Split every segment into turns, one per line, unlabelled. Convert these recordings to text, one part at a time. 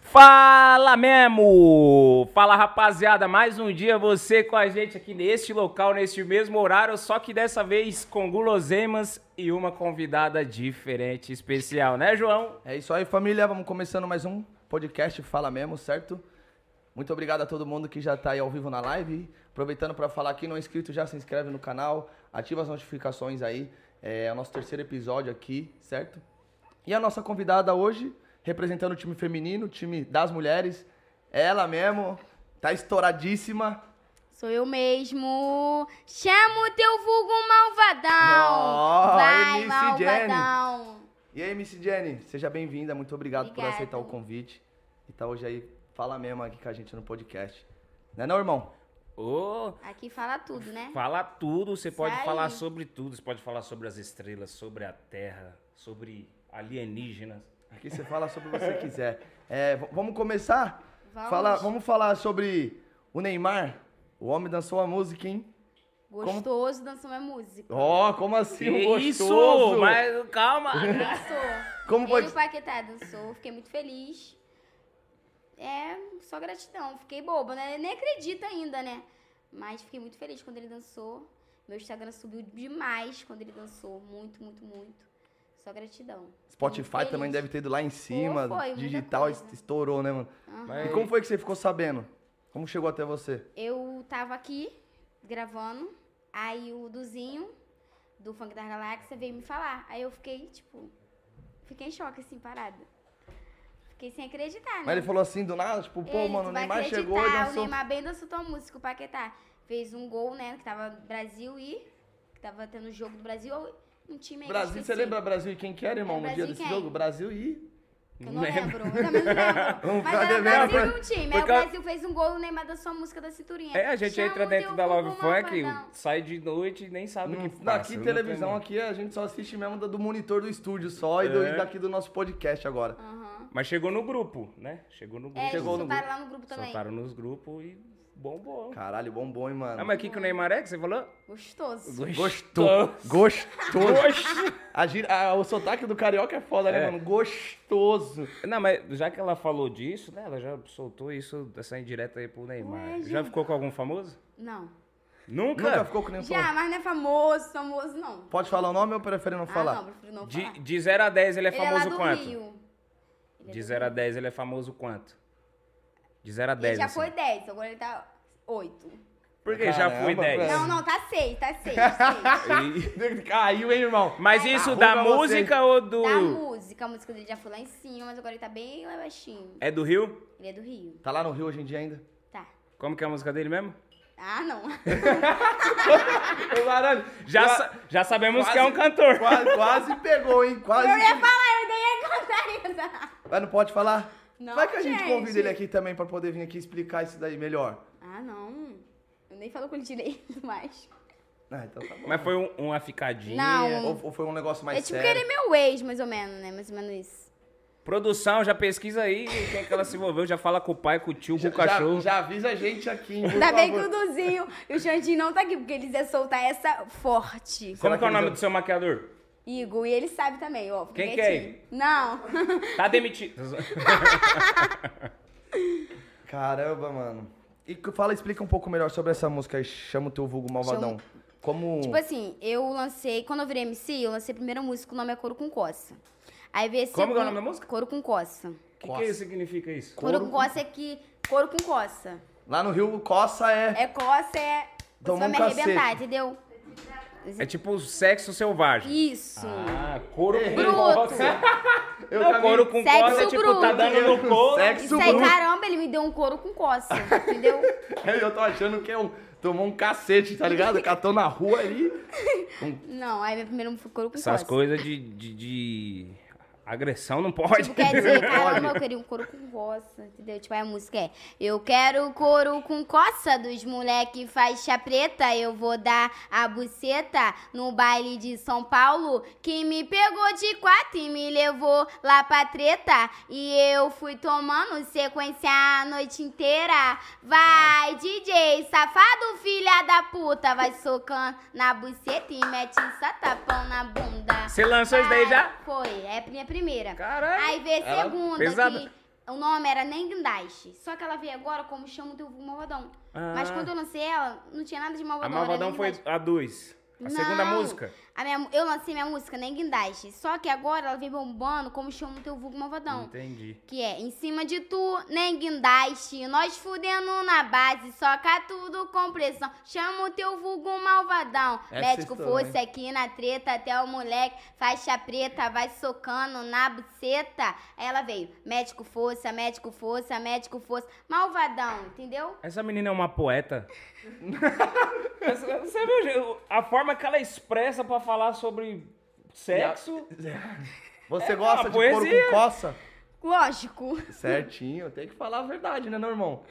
Fala Memo! Fala rapaziada, mais um dia você com a gente aqui neste local, neste mesmo horário, só que dessa vez com guloseimas e uma convidada diferente, especial, né, João?
É isso aí, família. Vamos começando mais um podcast Fala Mesmo, certo? Muito obrigado a todo mundo que já tá aí ao vivo na live. Aproveitando para falar, quem não é inscrito já se inscreve no canal, ativa as notificações aí. É o nosso terceiro episódio aqui, certo? E a nossa convidada hoje, representando o time feminino, o time das mulheres, é ela mesmo, tá estouradíssima.
Sou eu mesmo. Chama o teu vulgo malvadão.
Ó,
Vai,
MC Jenny.
malvadão.
E aí, Miss Jenny, seja bem-vinda. Muito obrigado por
Obrigado.
aceitar o convite e tá hoje aí, fala mesmo aqui com a gente no podcast. Né, não, irmão?
Ô,
Aqui fala tudo, né?
Fala tudo, você pode
Sai.
falar sobre tudo, você pode falar sobre as estrelas, sobre a terra, sobre alienígenas.
Aqui você fala sobre o que você quiser. É, v- vamos começar?
Vamos.
Fala- vamos falar sobre o Neymar. O homem dançou a música, hein?
Gostoso, dançou minha música.
Ó, como assim? um gostoso?
Isso, mas calma.
Dançou.
Como
Ele e
pode...
o Paquetá tá, dançou. Fiquei muito feliz. É, só gratidão. Fiquei boba, né? Nem acredito ainda, né? Mas fiquei muito feliz quando ele dançou. Meu Instagram subiu demais quando ele dançou. Muito, muito, muito. Só gratidão.
Spotify
Feliz.
também deve ter ido lá em cima.
foi, muita
digital
coisa.
est- estourou, né, mano?
Mas-
E como foi que você ficou sabendo? Como chegou até você?
Eu tava aqui gravando, aí o Duzinho, do Funk da Galáxia, veio me falar. Aí eu fiquei, tipo, fiquei em choque, assim, parada. Fiquei sem acreditar, né?
Mas ele falou assim do nada, tipo, pô,
Ele,
mano,
tu
o
vai
Neymar
acreditar,
chegou e
O
dançou.
Neymar bem dançou tua música, o Paquetá. Fez um gol, né, que tava Brasil e... Que tava tendo o jogo do Brasil, um time aí que eu
Brasil, você
esqueci,
lembra Brasil e quem que era, irmão,
É,
no dia
Brasil e
desse
quem?
jogo? Brasil e...
que Eu não lembro, eu também não lembro. Mas
ficar
era
devendo né?
Brasil
pra-
e um time.
Foi
Aí o
ca-
Brasil fez um gol, o Neymar dançou a música da cinturinha.
É, a gente
Chama
entra
o
um
dentro
teu
da Love
vulgo
Funk,
malvadão.
sai de noite e nem sabe o que passa.
Daqui,
Hum, Não tem
televisão
nem-
aqui, a gente só assiste mesmo do do monitor do estúdio só e, do-
É.
e daqui do nosso podcast agora.
Aham.
Mas chegou no grupo, né? Chegou no grupo.
É,
Chegou
Chegou
no
soltaram lá no grupo também.
Soltaram nos grupos e bombou.
Caralho, bombom, hein, mano.
Ah, mas o que, que o Neymar é que você falou?
Gostoso.
Gostou. Gostoso. A gíria- ah, o sotaque do carioca é foda, né,
É.
mano? Gostoso.
Não, mas já que ela falou disso, né? Ela já soltou isso, essa indireta aí pro Neymar.
Ué,
já
É, gente.
ficou com algum famoso?
Não.
Nunca?
Nunca ficou com nenhum
Já, mas não é famoso, famoso não.
Pode falar o nome ou prefere não
Ah, não,
falar?
prefiro não falar.
De, de 0 a 10 ele é
Ele é lá
famoso
do
quanto?
Rio. Ele é
De
do
0 a 10 ele é famoso quanto? De 0 a
Rio. Ele
10.
já
assim.
foi 10, agora ele tá 8.
Porque já foi
Caramba,
10.
velho.
Não, não, tá 6, tá 6. Da
E-
Caiu, hein, irmão?
Mas isso da
Arruga você.
música ou do.
música, Tá a música dele já foi lá em cima, mas agora ele tá bem lá baixinho.
É do Rio?
Ele é do Rio.
Tá lá no Rio hoje em dia ainda?
Tá.
Como que é a música dele mesmo?
Ah, não.
Caralho,
Já,
qua-
sa- já sabemos
quase-
que é um cantor.
Quase, quase pegou, hein? Quase.
Eu ia
que-
falar, eu nem ia cantar isso.
Mas não pode falar?
Não,
Vai que a gente,
gente.
convida ele aqui também pra poder vir aqui explicar isso daí melhor.
Ah, não. Eu nem falo com ele direito mais.
Ah, então tá bom.
Mas foi um, uma ficadinha.
Não.
Ou, ou foi um negócio mais
é tipo que
sério?
ele é meu ex, mais ou menos, né? Mais ou menos isso.
Produção, já pesquisa aí quem é que ela se envolveu. Já fala com o pai, com o tio, com
Já-
o cachorro.
Já, já avisa a gente aqui, hein? por
Ainda bem que
favor.
o Duzinho e o Xandinho não tá aqui, porque eles iam soltar essa forte.
Como
Será
que, é o
que
nome
eles-
do seu maquiador?
Igor, e ele sabe também, ó. fica
Quem que é
quietinho. Não.
Tá demitido.
Caramba, mano. E que- fala, explica um pouco melhor sobre essa música aí, Chama o Teu Vulgo Malvadão. Como...
tipo assim, eu lancei, quando eu virei MC, eu lancei a primeira música, o nome é Coro com Coça. Aí veio a
Como que é o
segunda-
nome da música?
Coro com Coça.
O que, que significa isso?
Coro,
Coro
com Coça é que... Coro com Coça.
Lá no Rio, coça é...
É coça, é... Você
Tomou
vai
um
me arrebentar,
cacete.
entendeu?
É tipo sexo selvagem.
Isso.
Ah, couro com
Bruto.
coça.
Eu
Não,
também-
couro com
Sexo
coça, tipo, tá
bruto.
dando no couro.
Sexo
Isso aí,
bruto.
caramba, ele me deu um couro com coça, entendeu?
Eu tô achando que é um... Tomou um cacete, tá ligado? Catou na rua ali.
Não, aí minha primeira música foi couro com
Essas
coça.
coisas de, de, de agressão não pode.
Tipo, quer dizer, caramba, eu queria um couro com coça, entendeu? Tipo, aí a música é Eu quero couro com coça dos moleque faixa preta Eu vou dar a buceta no baile de São Paulo Que me pegou de quatro e me levou lá pra treta E eu fui tomando sequência a noite inteira Vai, DJ, safado, filha da puta Vai socando na buceta e mete um satapão na bunda Ah,
Você lançou isso daí já?
Foi, é a minha primeira
Caralho.
Aí veio a
Ela-
segunda,
pesada.
que O nome era Nem Guindaste. Só que ela veio agora como Chama o Teu Vulgo Malvadão. Mas
Ah.
quando eu lancei ela, não tinha nada de
A
Malvadão. era
Malvadão
Nem
foi
Guindaste.
a 2. A segunda
Não.
música.
A minha- eu lancei minha música Nem Guindaste. Só que agora ela vem bombando como Chama o Teu Vulgo Malvadão.
Entendi.
Que é em cima de tu, nem guindaste. Nós fudendo na base, soca tudo com pressão. Chama o teu vulgo malvadão.
Essa
Médico
estourou,
fosse aqui na treta, até o moleque, faixa preta, vai socando na buceta. Aí Ela veio, médico força, médico força, médico força. Malvadão, entendeu?
Essa menina é uma poeta. Essa- Você viu gente? a forma que ela expressa pra falar sobre sexo?
Você
É,
gosta
a
de couro
poesia.
com coça?
Lógico.
Certinho, tem que falar a verdade, né, meu irmão?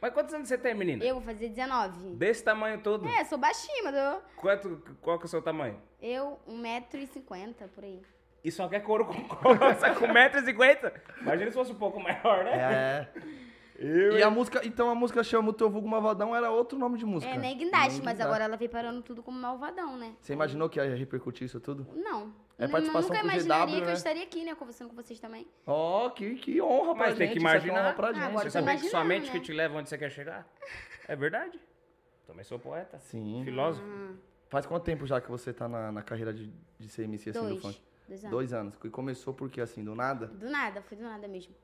Mas quantos anos você tem, menina?
Eu vou fazer 19.
Desse tamanho todo?
É, sou baixinha, mas eu-
Quanto, qual que é o seu tamanho?
eu 1,50m por aí.
E só quer couro com coça com 1,50m? Imagina se fosse um pouco maior, né?
É.
Eu,
E a música, então a música chama O Teu Vulgo Malvadão era outro nome de música.
É, nem guindaste,
Nem
mas
guindaste.
agora ela veio parando tudo como malvadão, né?
Você imaginou que ia repercutir isso tudo?
Não.
É
N-
participação
Nunca
com o
imaginaria
GW,
que
né?
eu estaria aqui, né? Conversando com vocês também.
Ó, que, que honra pra
Mas
gente.
tem que
isso aqui é uma
imaginar.
honra pra
Ah,
gente.
agora
Você sabia que
imaginando,
somente
né?
que te leva onde você quer chegar? É verdade. Também sou poeta.
Sim.
Filósofo.
Hum.
Faz quanto tempo já que você tá na, na carreira de, de ser MC assim do
Dois.
funk?
Dois anos.
Dois anos. E começou por quê, assim, do nada?
Do nada, foi do nada mesmo.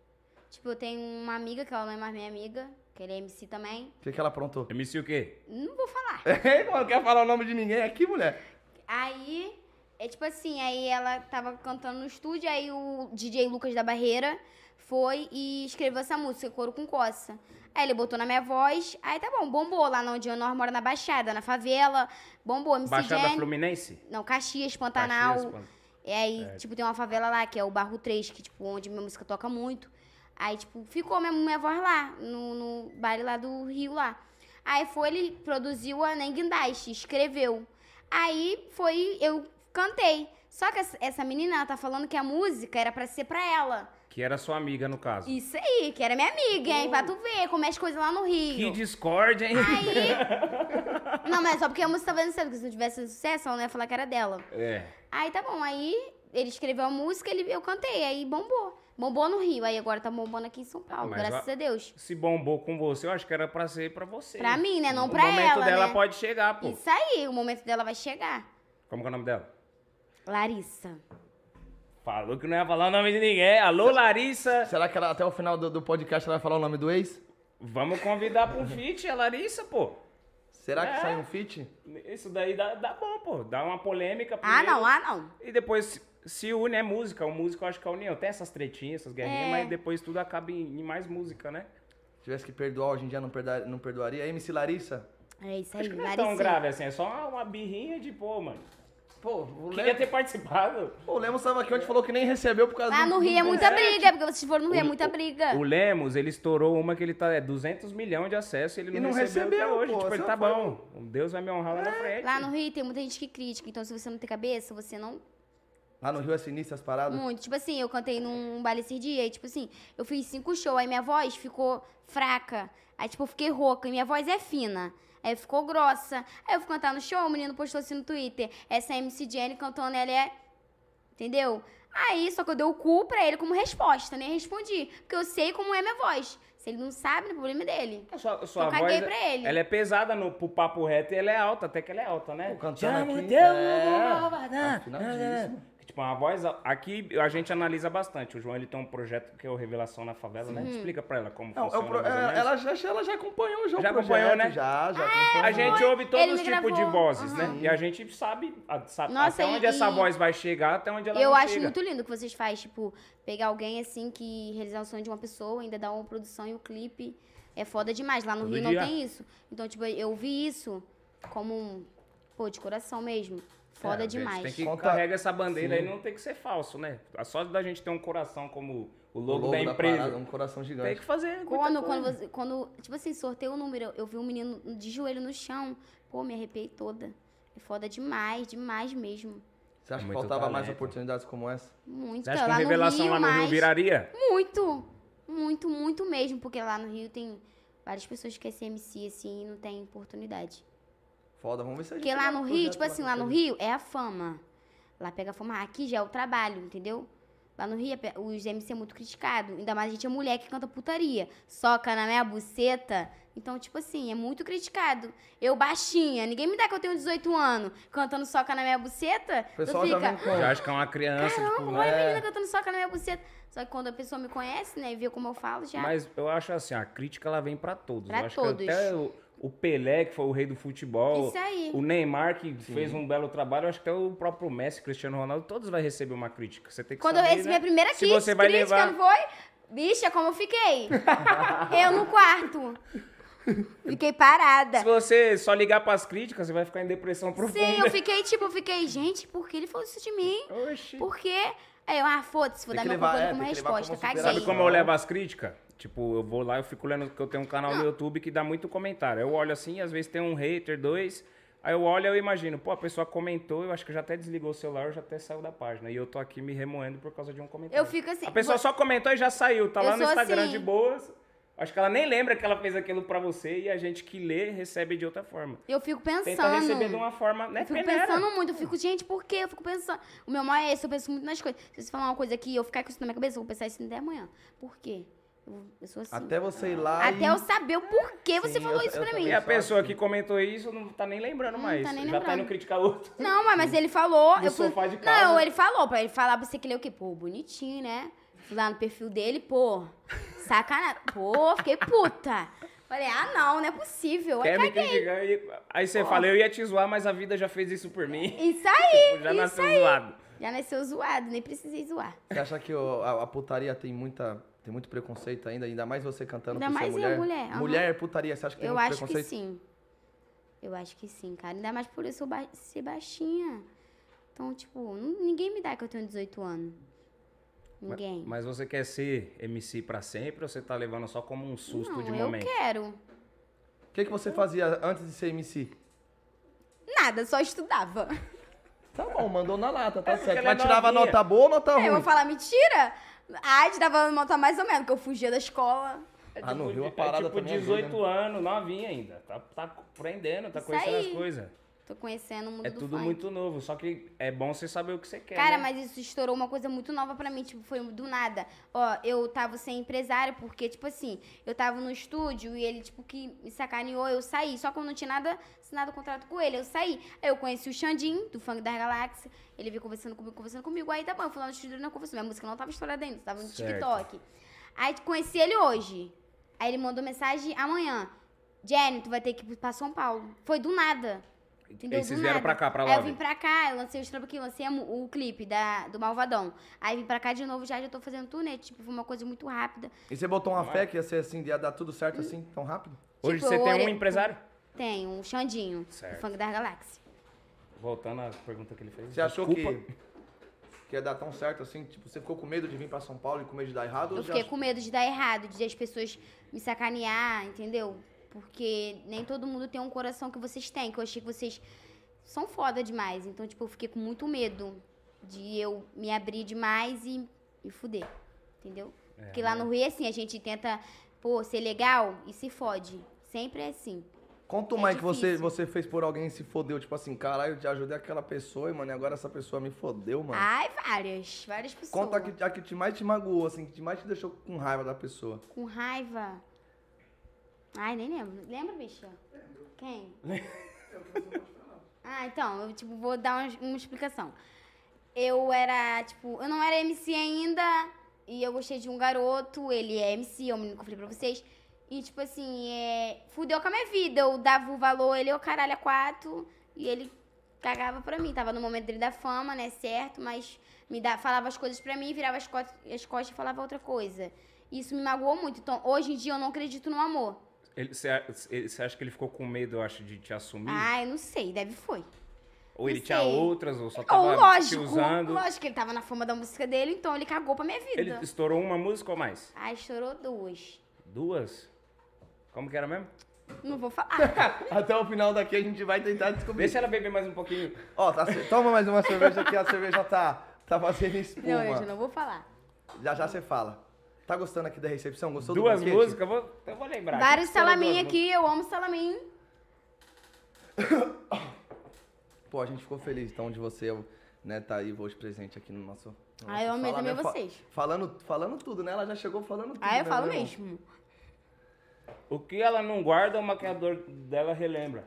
Tipo, eu tenho uma amiga, que ela não é mais minha amiga, que ela é MC também.
O que, que ela aprontou?
MC o quê?
Não vou falar.
Ei, mano, quer falar o nome de ninguém aqui, mulher?
Aí, é tipo assim, aí ela tava cantando no estúdio, aí o DJ Lucas da Barreira foi e escreveu essa música, Couro com Coça. Aí ele botou na minha voz, aí tá bom, bombou lá onde eu nós moro na Baixada, na favela, bombou, MC
Baixada
Jenny.
Fluminense?
Não, Caxias, Pantanal.
Caxias, Pan-
E aí, tipo, tem uma favela lá, que é o Barro 3, que, tipo, onde minha música toca muito. Aí, tipo, ficou minha, minha voz lá, no, no baile lá do Rio lá. Aí foi, ele produziu a Nenguindaste, escreveu. Aí foi, eu cantei. Só que essa, essa menina, ela tá falando que a música era pra ser pra ela.
Que era sua amiga, no caso.
Isso aí, que era minha amiga, hein? Pra tu ver como é as coisas lá no
Que
Rio.
discórdia, hein?
Não, mas só porque a música tava dando certo, porque se não tivesse sucesso, ela não ia falar que era dela.
É.
Aí tá bom, aí ele escreveu a música, ele, eu cantei, aí bombou. Bombou no Rio, aí agora tá bombando aqui em São Paulo,
mas
graças
a-
a Deus.
Se bombou com você, eu acho que era pra ser pra você.
Pra mim, né? Não pra
O momento
ela,
dela
né?
pode chegar, pô.
Isso aí, o momento dela vai chegar.
Como que é o nome dela?
Larissa.
Falou que não ia falar o nome de ninguém. Alô, Larissa.
Será que ela, até o final do, do podcast ela vai falar o nome do ex?
Vamos convidar pra um feat, a Larissa, pô.
Será que
É.
sai um feat?
Isso daí dá, dá bom, pô. Dá uma polêmica.
Ah,
primeiro.
não, ah, não.
E depois se- se une, é música. O músico eu acho que é a união. Tem essas tretinhas, essas guerrinhas,
É.
mas depois tudo acaba em, em mais música, né?
Tivesse que perdoar hoje em dia, não, perda- não perdoaria. MC Larissa?
É isso aí,
Acho que não é tão
Larissa.
grave assim, é só uma birrinha de pô, mano.
Pô, o
Queria
Lemos,
ter participado.
o Lemos tava aqui ontem e falou que nem recebeu por causa
Lá
do-
no Rio é muita briga, porque vocês foram no Rio, é muita briga.
O Lemos, ele estourou uma que ele tá é, 200 milhões de acesso e ele não,
E não
recebeu, até
recebeu,
hoje.
pô,
tipo,
essa
ele tá
foi- um É.
bom. Deus vai me honrar lá na frente.
Lá no Rio tem muita gente que critica, então se você não tem cabeça, você não
Lá no Rio é sinistro as paradas?
Muito. Tipo assim, eu cantei num baile esse dia e, tipo assim, eu fiz cinco shows, aí minha voz ficou fraca. Aí, tipo, eu fiquei rouca e minha voz é fina. Aí ficou grossa. Aí eu fui cantar no show, o menino postou assim no Twitter. Essa MC Jenny cantando, ela é. Entendeu? Aí, só que eu dei o cu pra ele como resposta, nem respondi. Porque eu sei como é minha voz. Se ele não sabe, o problema é dele.
A Sua, a sua
Eu
voz,
caguei pra ele.
ela é pesada no, pro papo reto e ela é alta, até que ela é alta, né?
Pô, cantando
Já
aqui,
mudeu
é,
o Malvadão.
afinadíssimo.
Tipo, uma voz... a- Aqui a gente analisa bastante. O João, ele tem um projeto que é o Revelação na Favela, né? Explica pra ela como
Não, é
funciona
o pro-
mais ou
é,
menos.
ela, já, ela já acompanhou já o
Já
projeto,
acompanhou, né?
Já,
Ah,
já
é?
A
acompanhou.
gente
Foi.
ouve
Ele
todos os
me
tipos de
gravou.
vozes, né? E a gente sabe, a- sabe
Nossa,
até onde
e-
essa
e-
voz vai chegar, até onde ela
eu
não
acho
chega.
muito lindo o que vocês fazem, tipo, pegar alguém assim que realizar o sonho de uma pessoa, ainda dar uma produção e um clipe. É foda demais. Lá no
Todo
Rio
dia.
não tem isso. Então, tipo, eu vi isso como um. Pô, de coração mesmo.
É,
Foda
a gente
demais.
Tem que
Conta-
carrega essa bandeira
Sim.
aí, não tem que ser falso, né? A sorte da gente ter um coração como o
O
logo,
logo
da empresa.
parada, um coração gigante.
tem que fazer. muita
Quando,
coisa.
quando, você- quando, tipo assim, sorteio o número, eu vi um menino de joelho no chão. Pô, me arrepiei toda. É foda demais, demais mesmo.
Você acha
É
que
muito
faltava mais
talento.
oportunidades como essa?
Muito.
Você acha que
lá
uma revelação
no Rio,
lá no Rio
mais-
viraria?
Muito, muito, muito mesmo, porque lá no Rio tem várias pessoas que querem ser MC assim e não tem oportunidade.
Foda, vamos ver se a gente...
Porque
dá
lá
um
no Rio,
projeto
tipo assim, lá
com
no
ele.
ah, Rio é a fama. Lá pega a fama, aqui já é o trabalho, entendeu? Lá no Rio, pe- os MC é muito criticado. Ainda mais a gente é mulher que canta putaria. Soca na minha buceta. Então, tipo assim, é muito criticado. Eu baixinha, ninguém me dá que eu tenho 18 anos. Cantando soca na minha buceta,
O
tu
pessoal já vem
fica...
Já
com.
acho que é uma criança, tipo,
Olha a
É.
menina cantando soca na minha buceta. Só que quando a pessoa me conhece, né, e vê como eu falo, já...
Mas eu acho assim, a crítica ela vem pra todos.
Pra
eu acho
todos.
que até o, o Pelé, que foi o rei do futebol,
Isso aí.
o Neymar, que fez um belo trabalho, eu acho que até o próprio Messi, Cristiano Ronaldo, todos vão receber uma crítica. Você tem que
Quando eu
saber,
recebi
né?
a primeira
Se
crítica,
você vai
crítica
levar-
não foi? Bicha, como eu fiquei? eu no quarto. Fiquei parada.
Se você só ligar pras críticas, você vai ficar em depressão
Sim,
profunda.
eu fiquei tipo, eu fiquei, gente, por que ele falou isso de mim?
Oxi.
Por quê? Aí eu, ah, foda-se, vou
Tem
dar
que
meu
levar,
concordo
é,
como
tem que levar
resposta,
como superação.
caguei.
Sabe como eu levo as críticas? Tipo, eu vou lá, eu fico lendo que eu tenho um canal no YouTube que dá muito comentário. Eu olho assim, às vezes tem um hater, dois. Aí eu olho e eu imagino, pô, a pessoa comentou, eu acho que já até desligou o celular, eu já até saiu da página. E eu tô aqui me remoendo por causa de um comentário.
Eu fico assim,
A pessoa
vou-
só comentou e já saiu. Tá
Eu
lá no
sou
Instagram
assim.
de boas. Acho que ela nem lembra que ela fez aquilo pra você e a gente que lê recebe de outra forma.
Eu fico
Tenta receber de
pensando.
uma forma, né?
Eu fico
peneira.
pensando muito, eu fico, gente, por quê? Eu fico pensando. O meu mal é esse, eu penso muito nas coisas. Se você falar uma coisa aqui e eu ficar com isso na minha cabeça, eu vou pensar isso até amanhã. Por quê? Eu, eu sou assim.
Até você ir lá.
Até
e...
eu saber o porquê você
Sim,
falou
eu-
isso
eu
pra mim.
também.
E a pessoa que comentou isso não tá nem lembrando mais.
tá nem
já tá
lembrando.
indo criticar outro.
Não, mas, mas ele falou.
No
eu fui-
sofá de casa.
Não, ele falou. Pra ele falar pra você que ele é o quê? Pô, bonitinho, né? Fui lá no perfil dele, pô. Sacanagem. Pô, fiquei puta. Falei, ah, não, não é possível. Aí
Quer me
caguei.
criticar? e- Aí você fala, eu ia te zoar, mas a vida já fez isso por mim.
Isso aí.
Tipo, Já
isso
nasceu
aí.
zoado.
Já nasceu zoado, nem precisei zoar.
Você acha que o- a, a putaria tem muita. Tem muito preconceito ainda, ainda mais você cantando
Ainda
por ser
mais eu,
mulher.
mulher, aham.
Mulher é putaria, você acha que tem
Eu
muito
acho que
preconceito?
sim. Eu acho que sim, cara. Ainda mais por eu sou ba- ser baixinha. Então, tipo, n- ninguém me dá que eu tenho 18 anos. Ninguém.
Mas você quer ser MC pra sempre ou você tá levando só como um susto
não,
de
eu
momento?
quero.
O que, que você fazia antes de ser MC?
Nada, só estudava.
Tá bom, mandou na lata, tá
porque
certo.
ela é
Mas tirava
novinha.
nota boa ou nota
Aí É, eu vou
ruim?
falar, mentira? A Ad dava nota tá mais ou menos, porque eu fugia da escola.
É
Ah, no Rio a
é
parada
tipo
também ajuda,
18 anos, novinha ainda. Tá, tá aprendendo, tá
Isso
conhecendo
aí.
as coisas.
Tô conhecendo o mundo
É
do
tudo
funk.
muito novo, só que é bom você saber o que você quer.
Cara,
né?
mas isso estourou uma coisa muito nova pra mim, tipo, foi do nada. Ó, eu tava sem empresário, porque, tipo assim, eu tava no estúdio e ele, tipo, que me sacaneou, eu saí. Só que eu não tinha nada assinado contrato com ele, eu saí. Aí eu conheci o Xandinho, do Funk da Galáxia, ele veio conversando comigo, conversando comigo. Aí tá bom, eu fui lá no estúdio e não conversou. Minha música não tava estourada ainda, tava no
Certo.
TikTok. Aí tipo, conheci ele hoje. Aí ele mandou mensagem amanhã. Jenny, tu vai ter que ir pra São Paulo. Foi do nada. Entendeu?
E vocês
Do
vieram pra
nada.
cá, pra
Aí eu
Love?
vim pra cá, eu lancei os trampos aqui, lancei a mu- o clipe da, do Malvadão. Aí vim pra cá de novo, já já tô fazendo turnê. Tipo, foi uma coisa muito rápida.
E você botou uma fé que ia ser assim, ia dar tudo certo assim, tão rápido?
Hoje
tipo,
você
eu
tem um
olhei-
empresário?
Tem um Xandinho,
Certo.
do Funk da Galáxia.
Voltando à pergunta que ele fez.
Você achou
desculpa.
que, que ia dar tão certo assim? Tipo, você ficou com medo de vir pra São Paulo e com medo de dar errado? ou
Eu
já
fiquei com medo de dar errado, de as pessoas me sacanear, entendeu? Porque nem todo mundo tem um coração que vocês têm, que eu achei que vocês são foda demais. Então, tipo, eu fiquei com muito medo de eu me abrir demais e me fuder, entendeu? Porque lá no Rio, é assim, a gente tenta, pô, ser legal e se fode. Sempre é assim.
Conta uma
É
aí que você,
difícil.
você fez por alguém e se fodeu. Tipo assim, caralho, eu te ajudei aquela pessoa, e, mano, e agora essa pessoa me fodeu, mano.
Ai, várias, várias pessoas.
Conta a que, a que te mais te magoou, assim, que te mais te deixou com raiva da pessoa.
Com raiva. Ai, nem lembro. Lembra, bicha? Quem? ah, então, eu tipo, vou dar uma, uma explicação. Eu era, tipo, eu não era MC ainda e eu gostei de um garoto, ele é MC, é o menino que eu falei pra vocês. E, tipo assim, é, fudeu com a minha vida. Eu dava o valor, ele, eu caralho, a quatro, e ele cagava pra mim. Tava no momento dele da fama, né, certo? Mas me dá, falava as coisas pra mim, virava as, co- as costas e falava outra coisa. Isso me magoou muito. Então, hoje em dia, eu não acredito no amor.
Ele- Você ele- você acha que ele ficou com medo, eu acho, de te assumir?
Ah, eu não sei, deve foi.
ou ele
não
tinha
sei.
outras, ou só tava
Ou
te
lógico,
usando?
lógico, ele tava na fama da música dele, então ele cagou pra minha vida.
Ele estourou uma música ou mais?
Ai, estourou duas.
Duas? Como que era mesmo?
Não vou falar.
Até o final daqui a gente vai tentar descobrir.
Deixa ela beber mais um pouquinho.
Ó, tá ce- toma mais uma cerveja que a cerveja tá, tá fazendo espuma.
não, eu já não vou falar.
Já já você fala. Tá gostando aqui da recepção? Gostou
duas
do banquete?
músicas, vou, eu vou lembrar.
Vários
Estourou
salaminhos
duas músicas.
aqui, eu amo salaminho.
Pô, a gente ficou feliz então de você, né, tá aí hoje presente aqui no nosso Nossa,
Ah, eu amei
fala
também
mesmo, fa-
vocês.
Falando, falando tudo, né? Ela já chegou falando tudo.
Ah, eu
né,
falo
meu irmão?
mesmo.
O que ela não guarda, o maquiador dela relembra.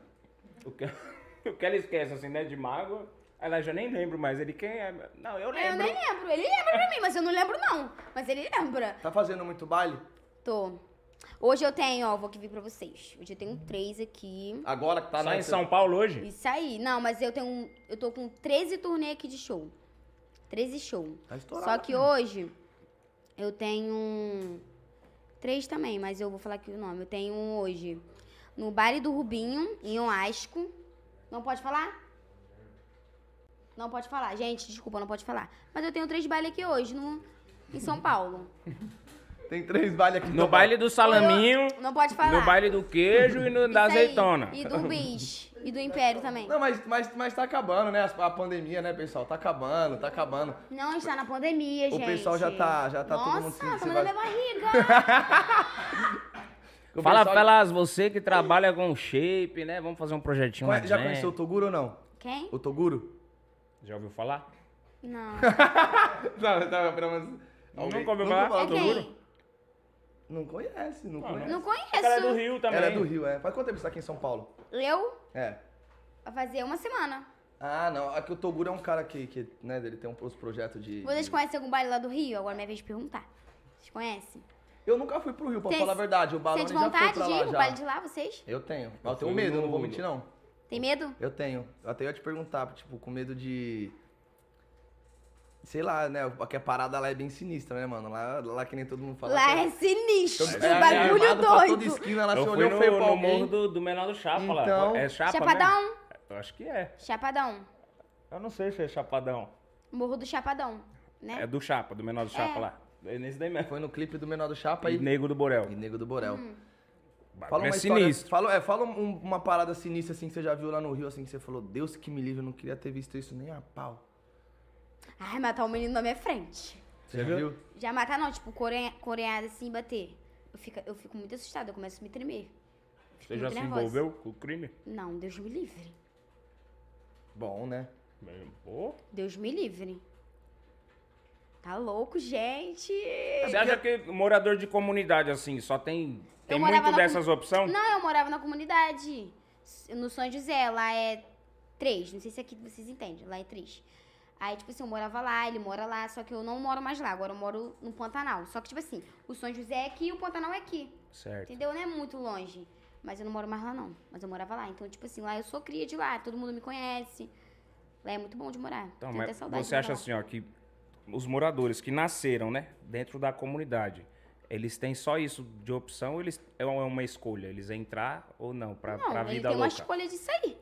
O que, o que ela esquece, assim, né? De mágoa, ela já nem lembra mais. Ele quem é? Não, eu
Eu
lembro.
nem lembro. Ele lembra pra mim, mas eu não lembro, não. Mas ele lembra.
Tá fazendo muito baile?
Tô. Hoje eu tenho, ó, vou que vir pra vocês. Hoje eu tenho três aqui.
Agora que tá
Só
na-
em São Paulo hoje?
Isso aí. Não, mas eu tenho. um, Eu tô com 13 turnê aqui de show. 13 show.
Tá estourado.
Só que hoje eu tenho um, três também, mas eu vou falar aqui o nome. Eu tenho um hoje no Baile do Rubinho, em Oasco. Não pode falar? Não pode falar. Gente, desculpa, não pode falar. Mas eu tenho três bailes aqui hoje no, em São Paulo.
Tem três bailes aqui. em
No
São
baile do salaminho,
Não pode falar.
no baile do queijo e no da
Isso aí.
azeitona.
E do Bis. E do Império também.
Paulo. Não, mas, mas, mas tá acabando, né? A pandemia, né, pessoal? Tá acabando, tá acabando.
Não está na pandemia,
O
gente.
pessoal já tá- já tá todo mundo se-
Nossa, tá
se
mandando
vac-
minha barriga.
O
Fala
pessoal-
pra elas, você que trabalha com shape, né? Vamos fazer um projetinho
Conhe-
mais.
Já conheceu o Toguro ou não?
Quem?
O Toguro?
Já ouviu falar?
Não.
Não, tá, pelo menos. alguém-
Nunca ouviu
nunca
falar?
falou
É
do Toguro?
quem?
Não conhece, não conhece.
Não conheço.
Ela é do Rio também.
Ela é do Rio, é. Faz quanto tempo você tá aqui em São Paulo?
Eu
É.
vou fazer uma semana.
Ah, não. Aqui o Toguro é um cara que, que né, ele tem um, uns projetos de.
Vocês conhecem algum baile lá do Rio? Agora é minha vez de perguntar. Vocês conhecem?
Eu nunca fui pro Rio, pra
Tem-
falar a verdade. O Balone
Sente
já foi
vontade
pra
de
lá
ir pro
já.
baile de lá, vocês?
Eu tenho. Mas eu
fui
tenho medo, eu não vou
no-
mentir, não.
Tem medo?
Eu tenho. Eu até ia te perguntar, tipo, com medo de. Sei lá, né? Porque a parada lá é bem sinistra, né, mano? Lá, lá que nem todo mundo fala.
lá
que-
é sinistro,
Todo- é,
bagulho
armado pra toda
doido.
esquina, lá assim, se
Eu fui
olhou feio
no,
pra
no morro
alguém.
do, do Menor do Chapa
Então-
lá. É Chapa
Chapadão.
mesmo? Eu acho que é.
Chapadão.
Eu não sei se é Chapadão.
Morro do Chapadão, né?
É do Chapa, do Menor do Chapa lá. É nesse daí mesmo.
Foi no clipe do Menor do Chapa
E
e,
Nego do Borel.
e Nego do Borel.
Hum.
Fala é
história-
sinistro.
Fala, é, fala um- uma parada sinistra assim que você já viu lá no Rio, assim, que você falou, Deus que me livre, eu não queria ter visto isso nem a pau.
Ai, matar um menino na minha frente.
Você viu?
Já matar não, tipo, corenha- coreada assim, bater. Eu fico, eu fico muito assustada, eu começo a me tremer. Fico
Você já
muito
se
nervosa.
envolveu com o crime?
Não, Deus me livre.
Bom, né?
Pô.
Deus me livre. Tá louco, gente?
Você acha que morador de comunidade, assim, só tem, tem
morava
muito
na
dessas opções?
Não, eu morava na comunidade. S- No São José, lá é três. Não sei se aqui vocês entendem, lá é três. Aí, tipo assim, eu morava lá, ele mora lá, só que eu não moro mais lá, agora eu moro no Pantanal. Só que, tipo assim, o São José é aqui e o Pantanal é aqui.
Certo.
Entendeu? Não é muito longe. Mas eu não moro mais lá, não. Mas eu morava lá. Então, tipo assim, lá eu sou cria de lá, todo mundo me conhece. Lá é muito bom de morar.
Então,
Tenho até
mas
saudade de
você acha
morar lá.
assim, ó, que os moradores que nasceram, né, dentro da comunidade, eles têm só isso de opção ou eles, é uma é uma escolha? Eles entrar ou não pra,
Não,
pra
ele
vida
tem uma
louca?
escolha disso aí.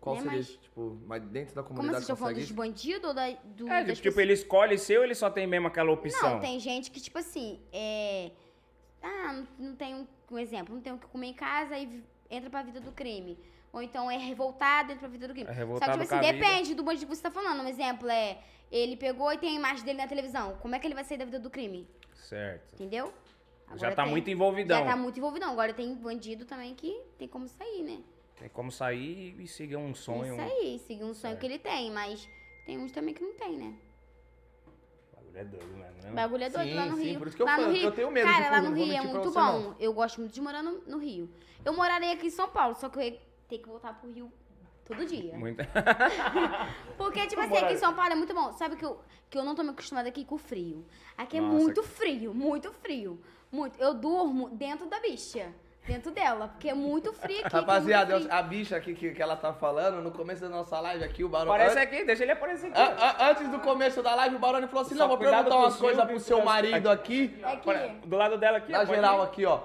Qual
Nem
seria,
mais.
tipo, mas dentro da
Como assim,
comunidade
vocês estão falando
consegue
dos bandidos ou da, do,
É,
das
tipo, ele escolhe ser ou ele só tem mesmo aquela opção?
Não, tem gente que, tipo assim, é. Ah, não, não tem um, um exemplo, não tem o que comer em casa e vi- entra pra vida do crime. Ou então é revoltado, entra pra vida do crime.
É
Só que,
revoltado
tipo
com a
assim,
vida.
depende do bandido que você tá falando. Um exemplo é. Ele pegou e tem a imagem dele na televisão. Como é que ele vai sair da vida do crime?
Certo.
Entendeu?
já tá
tem-
muito envolvidão.
Já tá muito envolvidão. Agora tem bandido também que tem como sair, né?
Tem como sair e seguir um sonho.
Isso aí, seguir um
É.
sonho que ele tem, mas tem uns também que não tem, né?
O bagulho é doido mesmo, né?
O bagulho é doido
Sim,
lá no
sim,
Rio.
por isso que eu
lá
falo,
no
porque
Rio,
eu tenho medo de
Cara, lá
Curitiba,
no
não vou
Rio é
mentir pra
muito
você,
bom. Eu gosto muito de morar no, no Rio. Eu morarei aqui em São Paulo, só que eu ia ter que voltar pro Rio todo dia.
Muito-
Porque, tipo assim, aqui em São Paulo é muito bom. Sabe que eu, que eu não tô me acostumada aqui com o frio. Aqui
Nossa,
é muito frio, muito frio. Muito. Eu durmo dentro da bicha. Dentro dela, porque é muito frio aqui. que é muito
Rapaziada,
frio.
a bicha aqui que, que ela tá falando, no começo da nossa live aqui, o Barone...
Aparece aqui, deixa ele aparecer aqui.
A- a- antes do começo da live, o Barone falou assim,
Só
não, vou
cuidado
perguntar
com
umas
o
coisas
Silvio,
pro seu
cuidado-
marido aqui,
É que.
Do lado dela aqui, ó,
na
pode
geral
ir.
aqui, ó.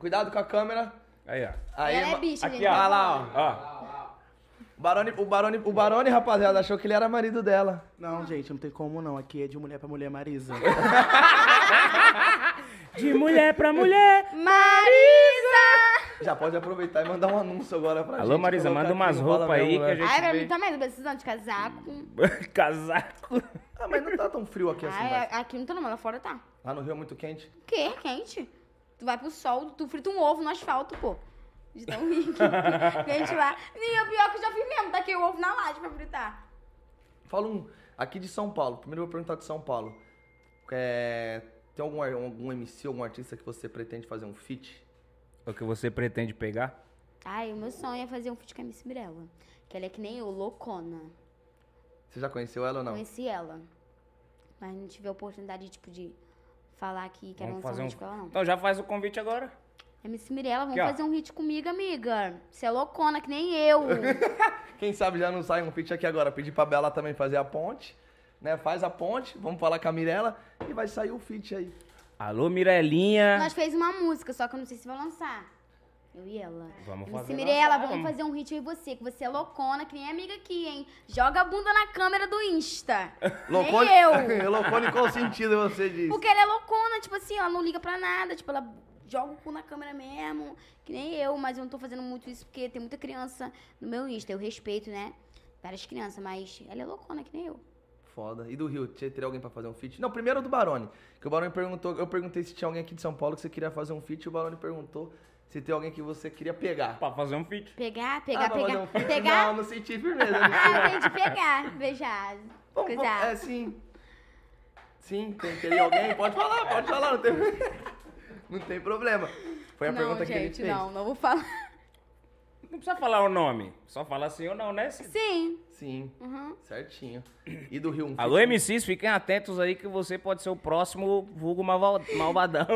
Cuidado com a câmera.
Aí, ó.
Aí,
Ela é
ma-
bicha,
Aqui,
gente.
ó.
Olha lá, ó.
Ó,
O Barone, o, Barone, o Barone, rapaziada, achou que ele era marido dela.
Não, gente, não tem como não. Aqui é de mulher pra mulher, Marisa.
De mulher pra mulher.
Marisa!
Já pode aproveitar e mandar um anúncio agora pra gente.
Alô, Marisa,
colocar
manda
aqui
umas
no Fala
roupas aí que
Mesmo, né?
a gente
Ai, pra
vê.
mim também, tô precisando de casaco.
Hum,
Casaco.
Ah, mas não tá tão frio aqui assim,
Ai,
mas...
a- aqui não tá não, mas lá fora tá.
Lá no Rio é muito quente.
O quê? Quente? Tu vai pro sol, tu frita um ovo no asfalto, pô. De tão rico. é Gente lá. E o pior que eu já fiz mesmo, taquei o ovo na laje pra fritar.
Fala um... Aqui de São Paulo, primeiro eu vou perguntar de São Paulo. É, tem algum, ar- algum MC, algum artista que você pretende fazer um feat?
O que você pretende pegar?
Ai, o meu sonho é fazer um feat com a Miss Mirella. Que ela é que nem eu, loucona.
Você já conheceu ela ou não?
Conheci ela. Mas não tive a oportunidade, tipo, de falar aqui que era um
fazer um.
vídeo com ela, não.
Então já faz o convite agora.
É Miss Mirella, vamos
Aqui, ó.
fazer um hit comigo, amiga. Você é loucona, que nem eu.
Quem sabe já não sai um feat aqui agora. Pedir pra Bela também fazer a ponte. Né? Faz a ponte, vamos falar com a Mirella e vai sair o feat aí.
Alô, Mirelinha.
Nós fez uma música, só que eu não sei se vai lançar. Eu e ela.
Vamos
Miss
fazer
Mirella,
lançar,
vamos
vamos.
fazer um hit eu e você, que você é loucona, que nem amiga aqui, hein? Joga a bunda na câmera do Insta.
Loucone-
Nem eu.
Loucone, qual sentido você diz?
Porque ela é loucona, tipo assim, ela não liga pra nada, tipo, ela joga o cu na câmera mesmo, que nem eu, mas eu não tô fazendo muito isso porque tem muita criança no meu Insta, eu respeito, né? Várias crianças, mas ela é loucona, que nem eu.
Foda. E do Rio, tinha- teria alguém pra fazer um feat? Não, primeiro do Barone. Que o Barone perguntou, eu perguntei se tinha alguém aqui de São Paulo que você queria fazer um feat e o Barone perguntou se tem alguém que você queria pegar.
Pra fazer um feat.
Pegar,
Ah,
pegar,
pra
pegar.
fazer um feat?
pegar.
Não, não senti firmeza. não sei.
Ah, eu entendi pegar, beijar.
Vamos, vamos,
coisar.
é sim. Sim, tem, teria alguém? Pode falar, pode falar, não tem, não tem problema. Foi a
não,
pergunta
gente,
que ele fez.
não, não vou falar.
Não precisa falar o nome. Só fala sim ou não, né? Se-
Sim.
Sim,
Uhum.
certinho. E do Rio, um
Alô,
feat-
MCs, fiquem atentos aí que você pode ser o próximo vulgo malva- malvadão.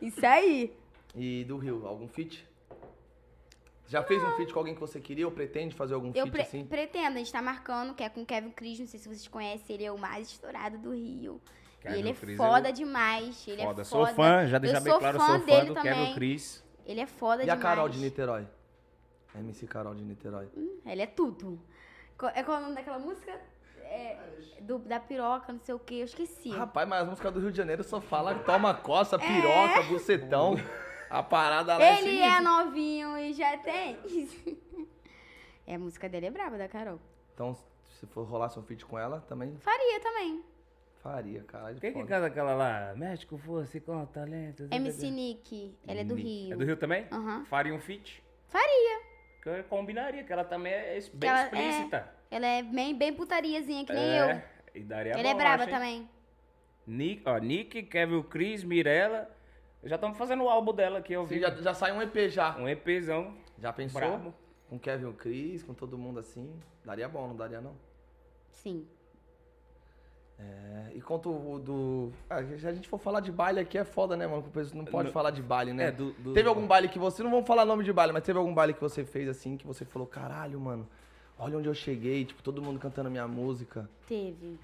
Isso aí.
E do Rio, algum feat? Já fez um feat com alguém que você queria ou pretende fazer algum
Ah. Eu
feat
pre-
assim?
pretendo, a gente tá marcando, que é com o Kevin Cris, não sei se vocês conhecem, ele é o mais estourado do Rio.
Kevin
e ele é
Cris,
foda
ele-
demais. Ele
foda,
é foda.
sou fã, já deixar
eu
bem
sou
claro,
fã
sou fã
dele
do
também.
Kevin Cris.
Ele é
E
foda
a
demais.
Carol de Niterói? MC Carol de Niterói.
Ele é tudo. Co- É qual é o nome daquela música? É, do, da piroca, não sei o que, eu esqueci.
Rapaz, mas as músicas do Rio de Janeiro só fala toma coça, piroca, bucetão. A parada lá
É? ele é
sinistra.
novinho e já tem. é, a música dele é braba, da Carol.
Então, se for rolar seu feat com ela, também
Faria também.
faria, caralho.
Quem que
foda.
canta aquela lá? México fosse com talento.
MC Nick, ela é do Rio.
É do Rio também?
Aham.
Faria um feat?
Faria.
Que eu combinaria, que ela também é es- bem
Ela é-
explícita.
Ela é bem, bem putariazinha, que nem eu.
E daria
Ela é
É, bom, acho,
braba
hein?
também.
Nick, ó, Nick, Kevin Cris, Mirella. Já estamos fazendo o álbum dela aqui, eu
Você
vi.
já, já sai um EP já.
Um EPzão.
Já pensou?
Brabo.
Com Kevin o Cris, com todo mundo assim. Daria bom, não daria não?
Sim.
É, e quanto o do. Ah, se a gente for falar de baile aqui é foda, né, mano? Porque o pessoal Não pode
Não-
falar de baile, né?
É, do- do-
Teve algum baile que você. Não vamos falar nome de baile, mas teve algum baile que você fez assim, que você falou, caralho, mano, olha onde eu cheguei, tipo, todo mundo cantando minha música.
Teve.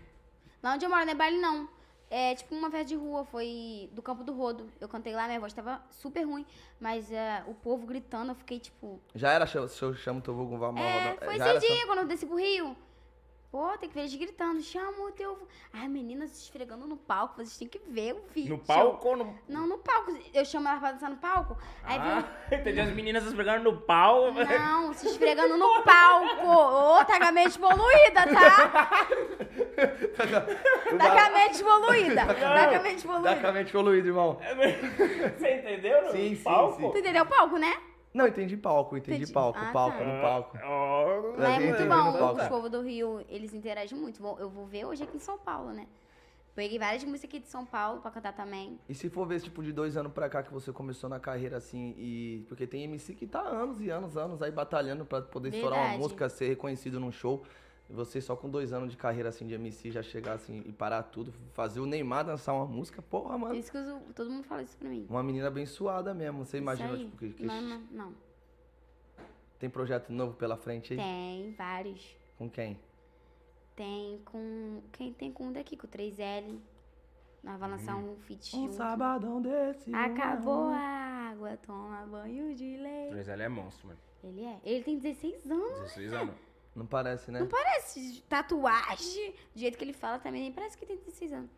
Lá onde eu moro não é baile, não. É tipo uma festa de rua, foi do Campo do Rodo. Eu cantei lá, minha voz tava super ruim, mas é, o povo gritando, eu fiquei tipo.
Já era show, show chamo teu vulgo Valmão.
é, foi
já era
esse dia quando eu desci pro Rio. Pô, tem que ver eles gritando, chama o teu. Ai, meninas se esfregando no palco, vocês têm que ver o vídeo.
No palco ou no.
Não, no palco. Eu chamo ela pra dançar no palco. Aí vem um
Ah, entendi. As meninas se esfregando no pau.
Não, se esfregando no palco. Ô, tá com a mente poluída, tá? tá com a mente poluída. Tá com a mente
Tá com
poluída.
a mente poluída, irmão.
Você entendeu? No
Sim, sim,
palco?
Tu entendeu o palco, né?
Não, entendi palco, entendi,
Entendi.
palco,
Ah,
palco,
tá.
no palco.
Ó,
Mas
Lá é
eu
muito
entendi no
bom.
palco.
Os povos do Rio, eles interagem muito. Bom, eu vou ver hoje aqui em São Paulo, né? Peguei várias músicas aqui de São Paulo pra cantar também.
E se for ver, tipo, de dois anos pra cá que você começou na carreira, assim, e... Porque tem MC que tá anos e anos, anos aí batalhando pra poder estourar uma
Verdade.
música, ser reconhecido num show. E você só com dois anos de carreira, assim, de MC, já chegar, assim, e parar tudo, fazer o Neymar dançar uma música, porra,
Por
mano.
isso que eu uso- todo mundo fala isso pra mim.
Uma menina abençoada mesmo, você imagina,
isso aí.
tipo, que, que
Não, não, não.
tem projeto novo pela frente aí?
Tem vários.
Com quem?
Tem com... Quem tem com um daqui? Com o 3L. Nós vamos lançar um feat
Um
junto.
sabadão desse...
Acabou a água, toma banho de leite.
Mas ela é monstro, mano.
Ele é. Ele tem 16 anos.
16 anos.
Não parece, né?
Parece tatuagem. Do jeito que ele fala também, nem parece que tem 16 anos.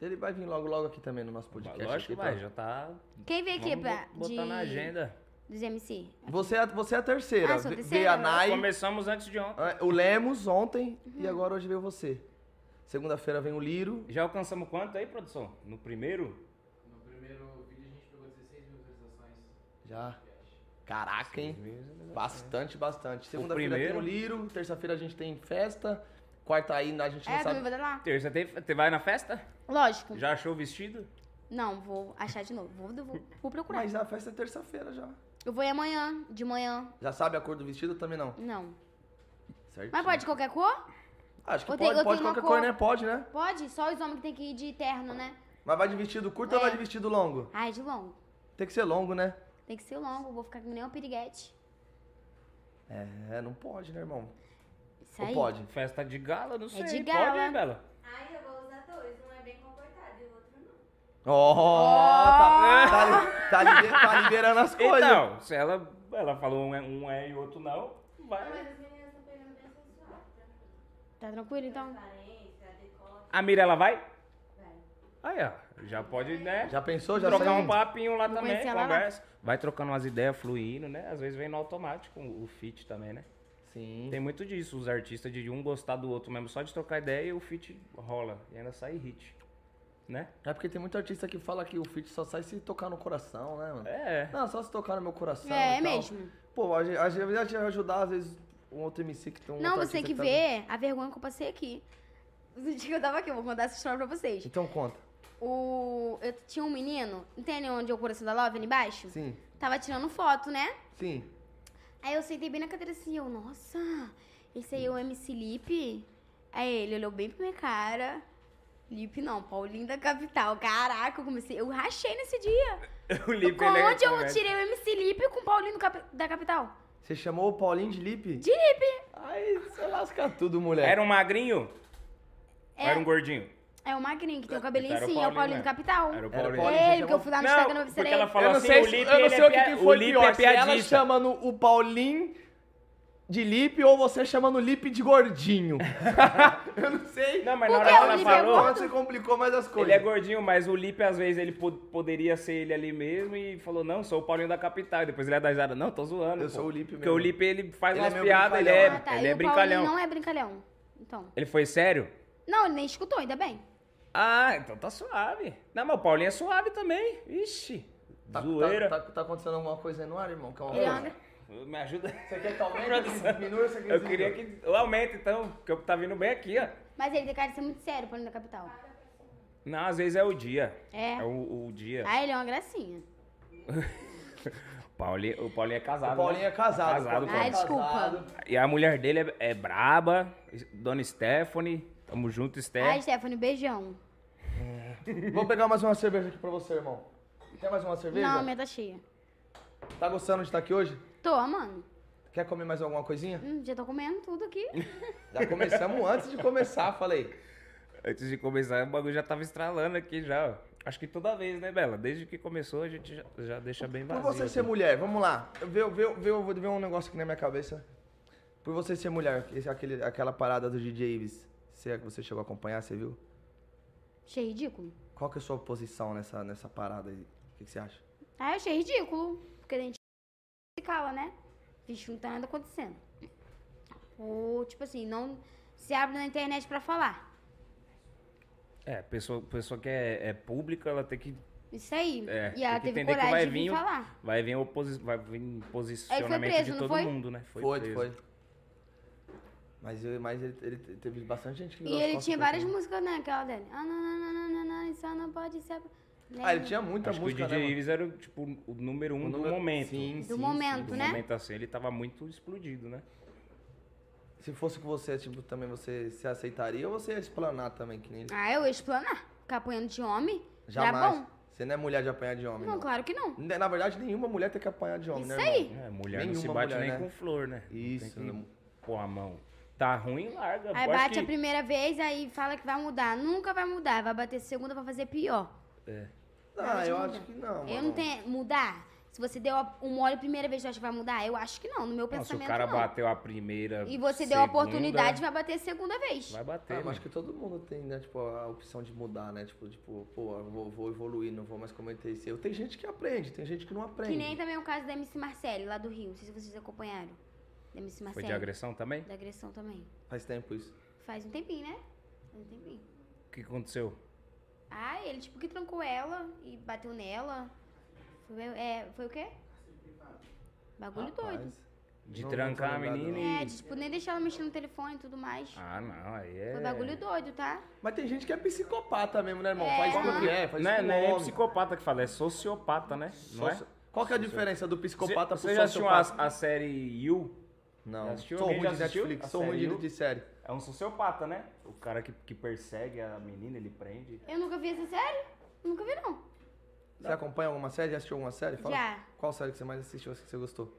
Ele vai vir logo, logo aqui também no nosso podcast.
Lógico que
aqui,
vai,
tá?
já tá.
Quem veio aqui
Vamos
pra.
botar na agenda.
Dos MC?
Você é, a- você é a terceira.
Ah, sou a
Ve- Veio
terceira?
a Nai,
Começamos antes de ontem.
ah, o Lemos ontem
Uhum.
e agora hoje veio você. Segunda-feira vem o Liro.
Já alcançamos quanto aí, produção? No primeiro?
Já. Caraca, hein?
Mesmo.
Bastante, bastante. Segunda-feira tem
primeiro.
o Liro. Terça-feira a gente tem festa. Quarta ainda a gente não
É,
sabe.
domingo eu vou dar lá.
Terça, tem- você vai na festa?
Lógico.
Já achou o vestido?
Não, vou achar de novo. Vou, vou, vou procurar.
Mas a festa é terça-feira já.
Eu vou ir amanhã, de manhã.
Já sabe a cor do vestido também não?
Não.
Certo?
Mas pode qualquer cor?
Ah, Acho que
Eu
pode,
tenho- eu
pode
tenho uma
qualquer
cor.
cor, né? Pode, né?
Pode? Só os homens que tem que ir de terno, né?
Mas vai de vestido curto ou
É.
vai de vestido longo?
Ai, de longo.
Tem que ser longo, né?
Tem que ser longo, vou ficar com nenhuma piriguete.
É, não pode, né, irmão?
Isso
Ou
aí.
pode?
Festa É de gala, não sei.
de
Pode,
gala.
hein, Bela?
Ai, eu vou usar dois. Um é bem comportado e o outro não.
Ó, tá, tá li- tá libe- tá liberando as coisas.
Então, se ela, ela falou um é, um é e outro não, vai.
Mas as meninas estão pegando bem sensual. Tá
Tá tranquilo então?
Aparência, decote.
A Mirella vai? Aí, ó. Já pode, né?
Já pensou? Já
trocar
sei.
um papinho lá também,
conhecer ela lá.
conversa. Vai trocando umas ideias, fluindo, né? Às vezes vem no automático o o fit também, né?
Sim.
Tem muito disso, os artistas de um gostar do outro mesmo, só de trocar ideia e o fit rola. E ainda sai hit. Né?
É porque tem muito artista que fala que o feat só sai se tocar no coração, né, mano?
É.
Não, só se tocar no meu coração. e
É,
tal.
é mesmo.
Pô, às às vezes a gente vai ajudar, às vezes, um outro MC que tem um
não,
outro
você tem que
artista
ver a vergonha que eu passei aqui. No dia que eu tava aqui, eu vou contar essa história pra vocês.
tá- Então conta.
O... Eu tinha um menino, entende onde é o coração da Love, ali embaixo?
Sim,
Tava tirando foto, né?
sim.
Aí eu sentei bem na cadeira assim, eu, nossa, esse aí é o MC Lipe? Aí ele olhou bem pra minha cara. Lipe não, Paulinho da Capital. Caraca, eu comecei, eu rachei nesse dia.
O Lipe,
Com
ele é-
onde eu tirei o MC Lipe com o Paulinho do Cap- da Capital?
Você chamou o Paulinho de Lipe?
De Lipe.
Aí você lasca tudo, mulher.
Era um magrinho? Ou era um gordinho?
É o Magrinho, que tem o cabelinho
Então era o
sim, é o Paulinho
Paulinho,
do
né?
Capital. É
Era o
Era o
Paulinho. tá
Paulinho.
Ele, que eu fui lá no
Não,
Instagram, eu
porque
observei.
ela falou
eu não
assim,
sei,
o
se-
Lipe,
eu não
ele
sei
é
o que,
pia-
que foi
o Lipe
pior,
é
se ela
piadista.
chamando o Paulinho de Lipe ou você chamando o Lipe de gordinho. eu não sei.
Não, mas na
Por
hora
quê?
que
O
ela
Lipe é
falou,
Agora você complicou mais as
ele
coisas.
é gordinho, mas o Lipe, às vezes, ele po- poderia ser ele ali mesmo e falou, não, sou o Paulinho da Capital. E depois ele ia dar risada, não, tô zoando.
Eu sou o Lipe
Porque
mesmo.
o Lipe, ele faz
Ele é
umas
meu
piadas, ele é,
brincalhão.
ele
Ah, e
é
o
brincalhão.
Paulinho não é brincalhão. Então.
Ele foi sério?
Não, ele nem escutou, ainda bem.
Ah, então tá suave. Não, mas o Paulinho é suave também. Ixi,
Tá,
zoeira.
Tá, tá- tá acontecendo alguma coisa aí no ar, irmão? Calma.
Ele é anda.
Me ajuda.
Você quer que aumente, que diminua, você quer
Eu queria que eu aumente, então, porque eu tá vindo bem aqui, ó.
Mas ele tem cara de ser muito sério, o Paulinho da Capital.
Não, às vezes é o dia.
É.
o, o dia.
Ah, ele é uma gracinha.
Paulinho, o Paulinho é casado.
O Paulinho
né?
é casado.
Casado,
o
Paulinho.
Paulinho é
Ah, desculpa.
casado.
E a mulher dele é, é braba, Dona Stephanie. Tamo junto,
Ai,
Stephanie.
Stephanie, beijão.
Vou pegar mais uma cerveja aqui pra você, irmão. Quer mais uma cerveja?
Não, a minha tá cheia.
Tá gostando de estar aqui hoje?
Tô, mano.
Quer comer mais alguma coisinha?
Hum, já tô comendo tudo aqui.
Já começamos antes de começar, falei.
Antes de começar, o bagulho já tava estralando aqui já, ó. Acho que toda vez, né, Bela? Desde que começou, a gente já, já deixa bem
Por
vazio.
você ser
aqui.
mulher, vamos lá. Eu vê, vê, vê, eu vou ver um negócio aqui na minha cabeça. Por você ser mulher, esse, aquele, aquela parada do DJ Ives, você, você chegou a acompanhar, você viu?
Achei ridículo.
Qual que é a sua posição nessa, nessa parada aí? O que, que você acha?
Ah, eu achei ridículo. Porque a gente se cala, né? Vixe, não tá nada acontecendo. Ou, tipo assim, não se abre na internet pra falar.
É, pessoa, pessoa que é, é pública, ela tem que
Isso aí.
É,
e ela
tem que
teve
entender que vai
coragem de
vir,
vir
o-
falar.
vai vir, oposi vai vir posicionamento
preso,
de
não
todo
foi?
mundo, né? preso.
Mas, eu- mas ele, ele teve bastante gente que
E
virou as
ele
costas
tinha
pra
várias
ele.
músicas, né? Aquela dele. Ah, não, não, não, não, não, não, isso não pode ser.
Ah, ele tinha muita
Acho
música,
que o DJ
né, mano?
Ives era, tipo, o número um
O
do
número-
momento.
Sim,
Do momento,
Do
né?
momento assim, ele tava muito explodido, né?
Se fosse com você, tipo, também você se aceitaria ou você ia explanar também, que nem ele?
Ah, eu ia explanar. Ficar apanhando de homem. Já
Jamais.
bom.
Você não é mulher de apanhar de homem,
Não,
não.
claro que não.
Ne- Na verdade, nenhuma mulher tem que apanhar de homem,
Isso
né,
aí.
irmão?
É, mulher não se
Nenhuma
bate
mulher,
nem
né?
com flor, né?
Isso,
Não Tem
né?
que pôr a mão. Tá ruim, larga.
Aí
Eu acho
bate
que-
a primeira vez, aí fala que vai mudar. Nunca vai mudar. Vai bater segunda pra fazer pior.
Ah, eu acho que não, mano.
Eu não tenho. Mudar? Se você deu a- um mole a primeira vez, você acha que vai mudar? Eu acho que não, no
Não, se
meu
o
pensamento.
cara
não.
bateu a primeira.
E você deu a
segunda,
oportunidade, vai bater a segunda vez.
Vai
Ah,
bater.
mas
mano.
acho que todo mundo tem, né, tipo, a opção de mudar, né? Tipo, tipo, pô, eu vou, vou evoluir, não vou mais cometer esse erro. Tem gente que aprende, tem gente que não aprende.
Que nem também o caso da MC Marcele, lá do Rio. Não sei se vocês acompanharam. Da MC
Foi
Marcele.
de agressão também?
Da agressão também.
Faz tempo isso.
Faz um tempinho, né? Faz um tempinho.
O que aconteceu?
Ah, ele tipo que trancou ela e bateu nela. Foi, é, foi o quê? Bagulho doido.
Rapaz.
De
Não- não
trancar
tô
a
lembrado,
menina e.
É, de, tipo, nem deixar ela mexer no telefone e tudo mais.
Ah, não, aí é.
Foi um bagulho doido, tá?
Mas tem gente que é psicopata mesmo, né, irmão?
É.
Faz Né, com mulher, faz
Não é,
com
não é nem
homem.
psicopata que fala, é sociopata, né? Não é?
Soci- Qual que é a diferença do psicopata
Você
pro
já assistiu a,
sociopata?
a série You?
Não,
assistiu?
sou
Alguém
ruim
já
de
assistiu a
Netflix, sou ruim
série
de,
You?
de série.
É um sociopata, né? O cara que, que persegue a menina, ele prende.
Eu nunca vi essa série? Nunca vi, não.
Você acompanha alguma série? Já assistiu alguma série? Fala.
Já.
Qual série que você mais assistiu, assim, que você gostou?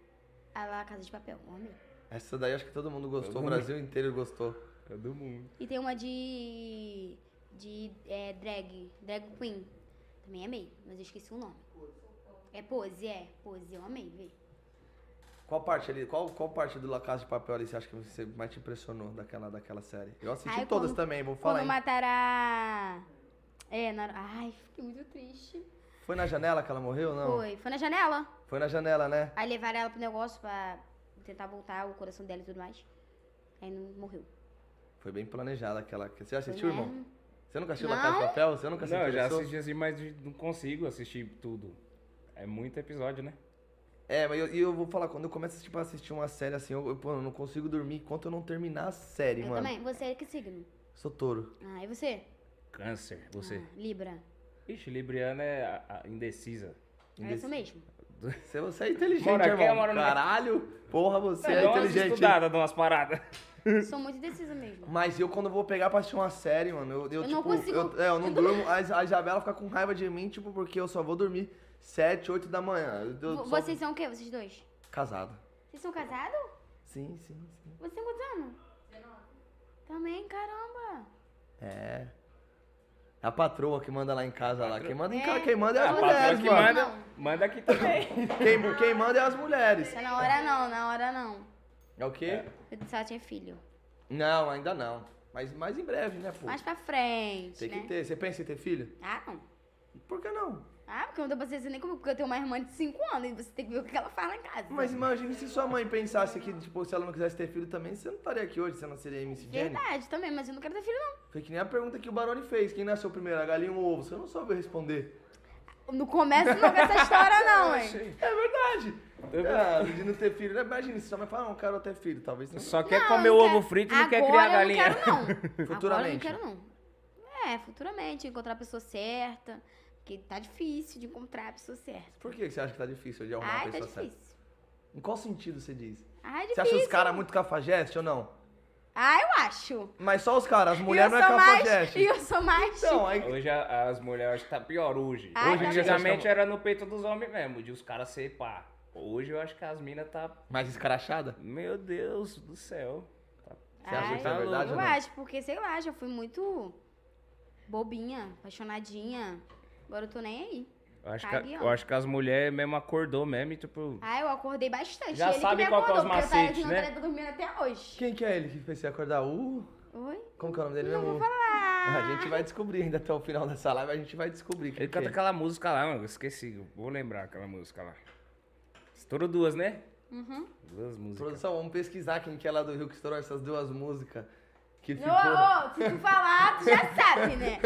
Ah lá, Casa de Papel, homem.
Essa daí acho que todo mundo gostou, o Brasil inteiro gostou.
Todo mundo.
E tem uma de. de é, drag. Drag Queen. Também amei, mas eu esqueci o nome. É Pose, é. Pose, eu amei, vê.
Qual parte ali, qual, qual parte do La Casa de Papel ali você acha que você mais te impressionou daquela, daquela série? Eu assisti
Ai,
todas
quando-
também, vou
Quando
falar. hein?
mataram a. É, na... ai, fiquei muito triste.
Foi na janela que ela morreu ou não?
Foi, foi na janela.
Foi na janela, né?
Aí levaram ela pro negócio pra tentar voltar o coração dela e tudo mais. Aí não morreu.
Foi bem planejada aquela. Você assistiu,
Foi, né?
irmão? Você nunca assistiu
Não.
La Casa de Papel? Você nunca se
Não, eu já
interessou?
assisti assim, mas não consigo assistir tudo. É muito episódio, né?
É, mas eu, e eu vou falar, quando eu começo tipo, a assistir uma série assim, eu, eu, pô, eu não consigo dormir enquanto eu não terminar a série,
eu
mano.
também. Você é que signo?
Sou touro.
Ah, e você?
Câncer, você.
Ah, Libra.
Ixi, Libriana é a- a indecisa.
É isso mesmo.
Você, você é inteligente,
Mora aqui,
irmão.
mora no-
Caralho, porra, você é,
dá umas
inteligente. hein?
estudadas, dá umas paradas.
Sou muito indecisa mesmo.
Mas eu, quando vou pegar pra assistir uma série, mano, eu, eu,
Eu
tipo,
não consigo.
Eu, é, eu não durmo. A, a Isabela fica com raiva de mim, tipo, porque eu só vou dormir 7, 8 da manhã. Eu, eu
Vo-
sou
Vocês são o quê, vocês dois?
casado.
Vocês são casados?
Sim, sim, sim.
Você tem quantos anos? 19. Também, caramba.
É. É a patroa que manda lá em casa lá. Quem manda em casa,
É.
quem manda é
a
as
Você
patroa
mulheres,
Ah, que
mano.
manda, manda aqui também.
Quem, quem manda é as mulheres.
Tá na hora não, na hora não.
É o quê?
Eu só tinha filho.
Não, ainda não. Mas mais em breve, né, pô?
Mais pra frente,
Tem
né?
que ter. Você pensa em ter filho?
Ah, não.
Por que não?
Ah, porque eu não dou paciência nem comigo, porque eu tenho uma irmã de 5 anos e você tem que ver o que ela fala em casa.
Mas imagine se sua mãe pensasse que, tipo, se ela não quisesse ter filho também, você não estaria aqui hoje, você não seria MC Jenny.
Verdade, também, mas eu não quero ter filho,
Foi que nem a pergunta que o Baroni fez. Quem nasceu primeiro, a galinha ou o ovo? Você não soube responder.
não. No começo não com essa história, não, hein?
É verdade.
Eu-
Ah, de não ter filho. né? Imagina se sua mãe fala, não, eu quero ter filho. Talvez não.
Só quer
Não,
comer
eu
o
não
ovo
quero-
frito e não quer
Agora
criar
eu
galinha.
Não quero, não.
Futuramente.
Agora eu não quero, não. É, futuramente, encontrar a pessoa certa. Porque tá difícil de encontrar a pessoa certa.
Por que você acha que tá difícil de arrumar
Ai,
uma
tá
pessoa
difícil.
certa? Em qual sentido você diz?
Ai,
Você
difícil.
acha os caras muito cafajeste ou não?
Ah, eu acho.
Mas só os caras, as
E
mulheres
eu
não é
sou mais.
cafajeste.
E eu sou mais.
Então, aí
Hoje a- as mulheres, acho que tá pior hoje.
Ai,
hoje,
tá
antigamente,
bem.
era no peito dos homens mesmo, de os caras ser pá. Hoje eu acho que as minas tá...
Mais escrachada?
Meu Deus do céu. Tá-
Você acha
Ai,
que é verdade
eu
ou não?
acho, porque sei lá, já fui muito bobinha, apaixonadinha. Agora eu tô nem aí.
Eu acho, que,
Pague
eu
homem.
acho que as mulheres mesmo acordou mesmo e tipo...
Ah, eu acordei bastante.
Já
Ele
sabe
que me
qual que é os
acordou, porque eu tava
macetes,
aqui na
né?
tarefa dormindo até hoje.
Quem que é ele que fez você acordar? Uh,
Oi? Ah,
como que é o nome dele
Não
mesmo?
vou falar.
A gente vai descobrir ainda até o final dessa live, a gente vai descobrir. quem
Ele canta
que é.
aquela música lá, mano, eu esqueci. eu Vou lembrar aquela música lá. Estourou duas, né?
Uhum.
Duas músicas.
Produção, vamos pesquisar quem que é lá do Rio que estourou essas duas músicas. Que ficou...
Ô, ô, se tu falar, tu já sabe, né?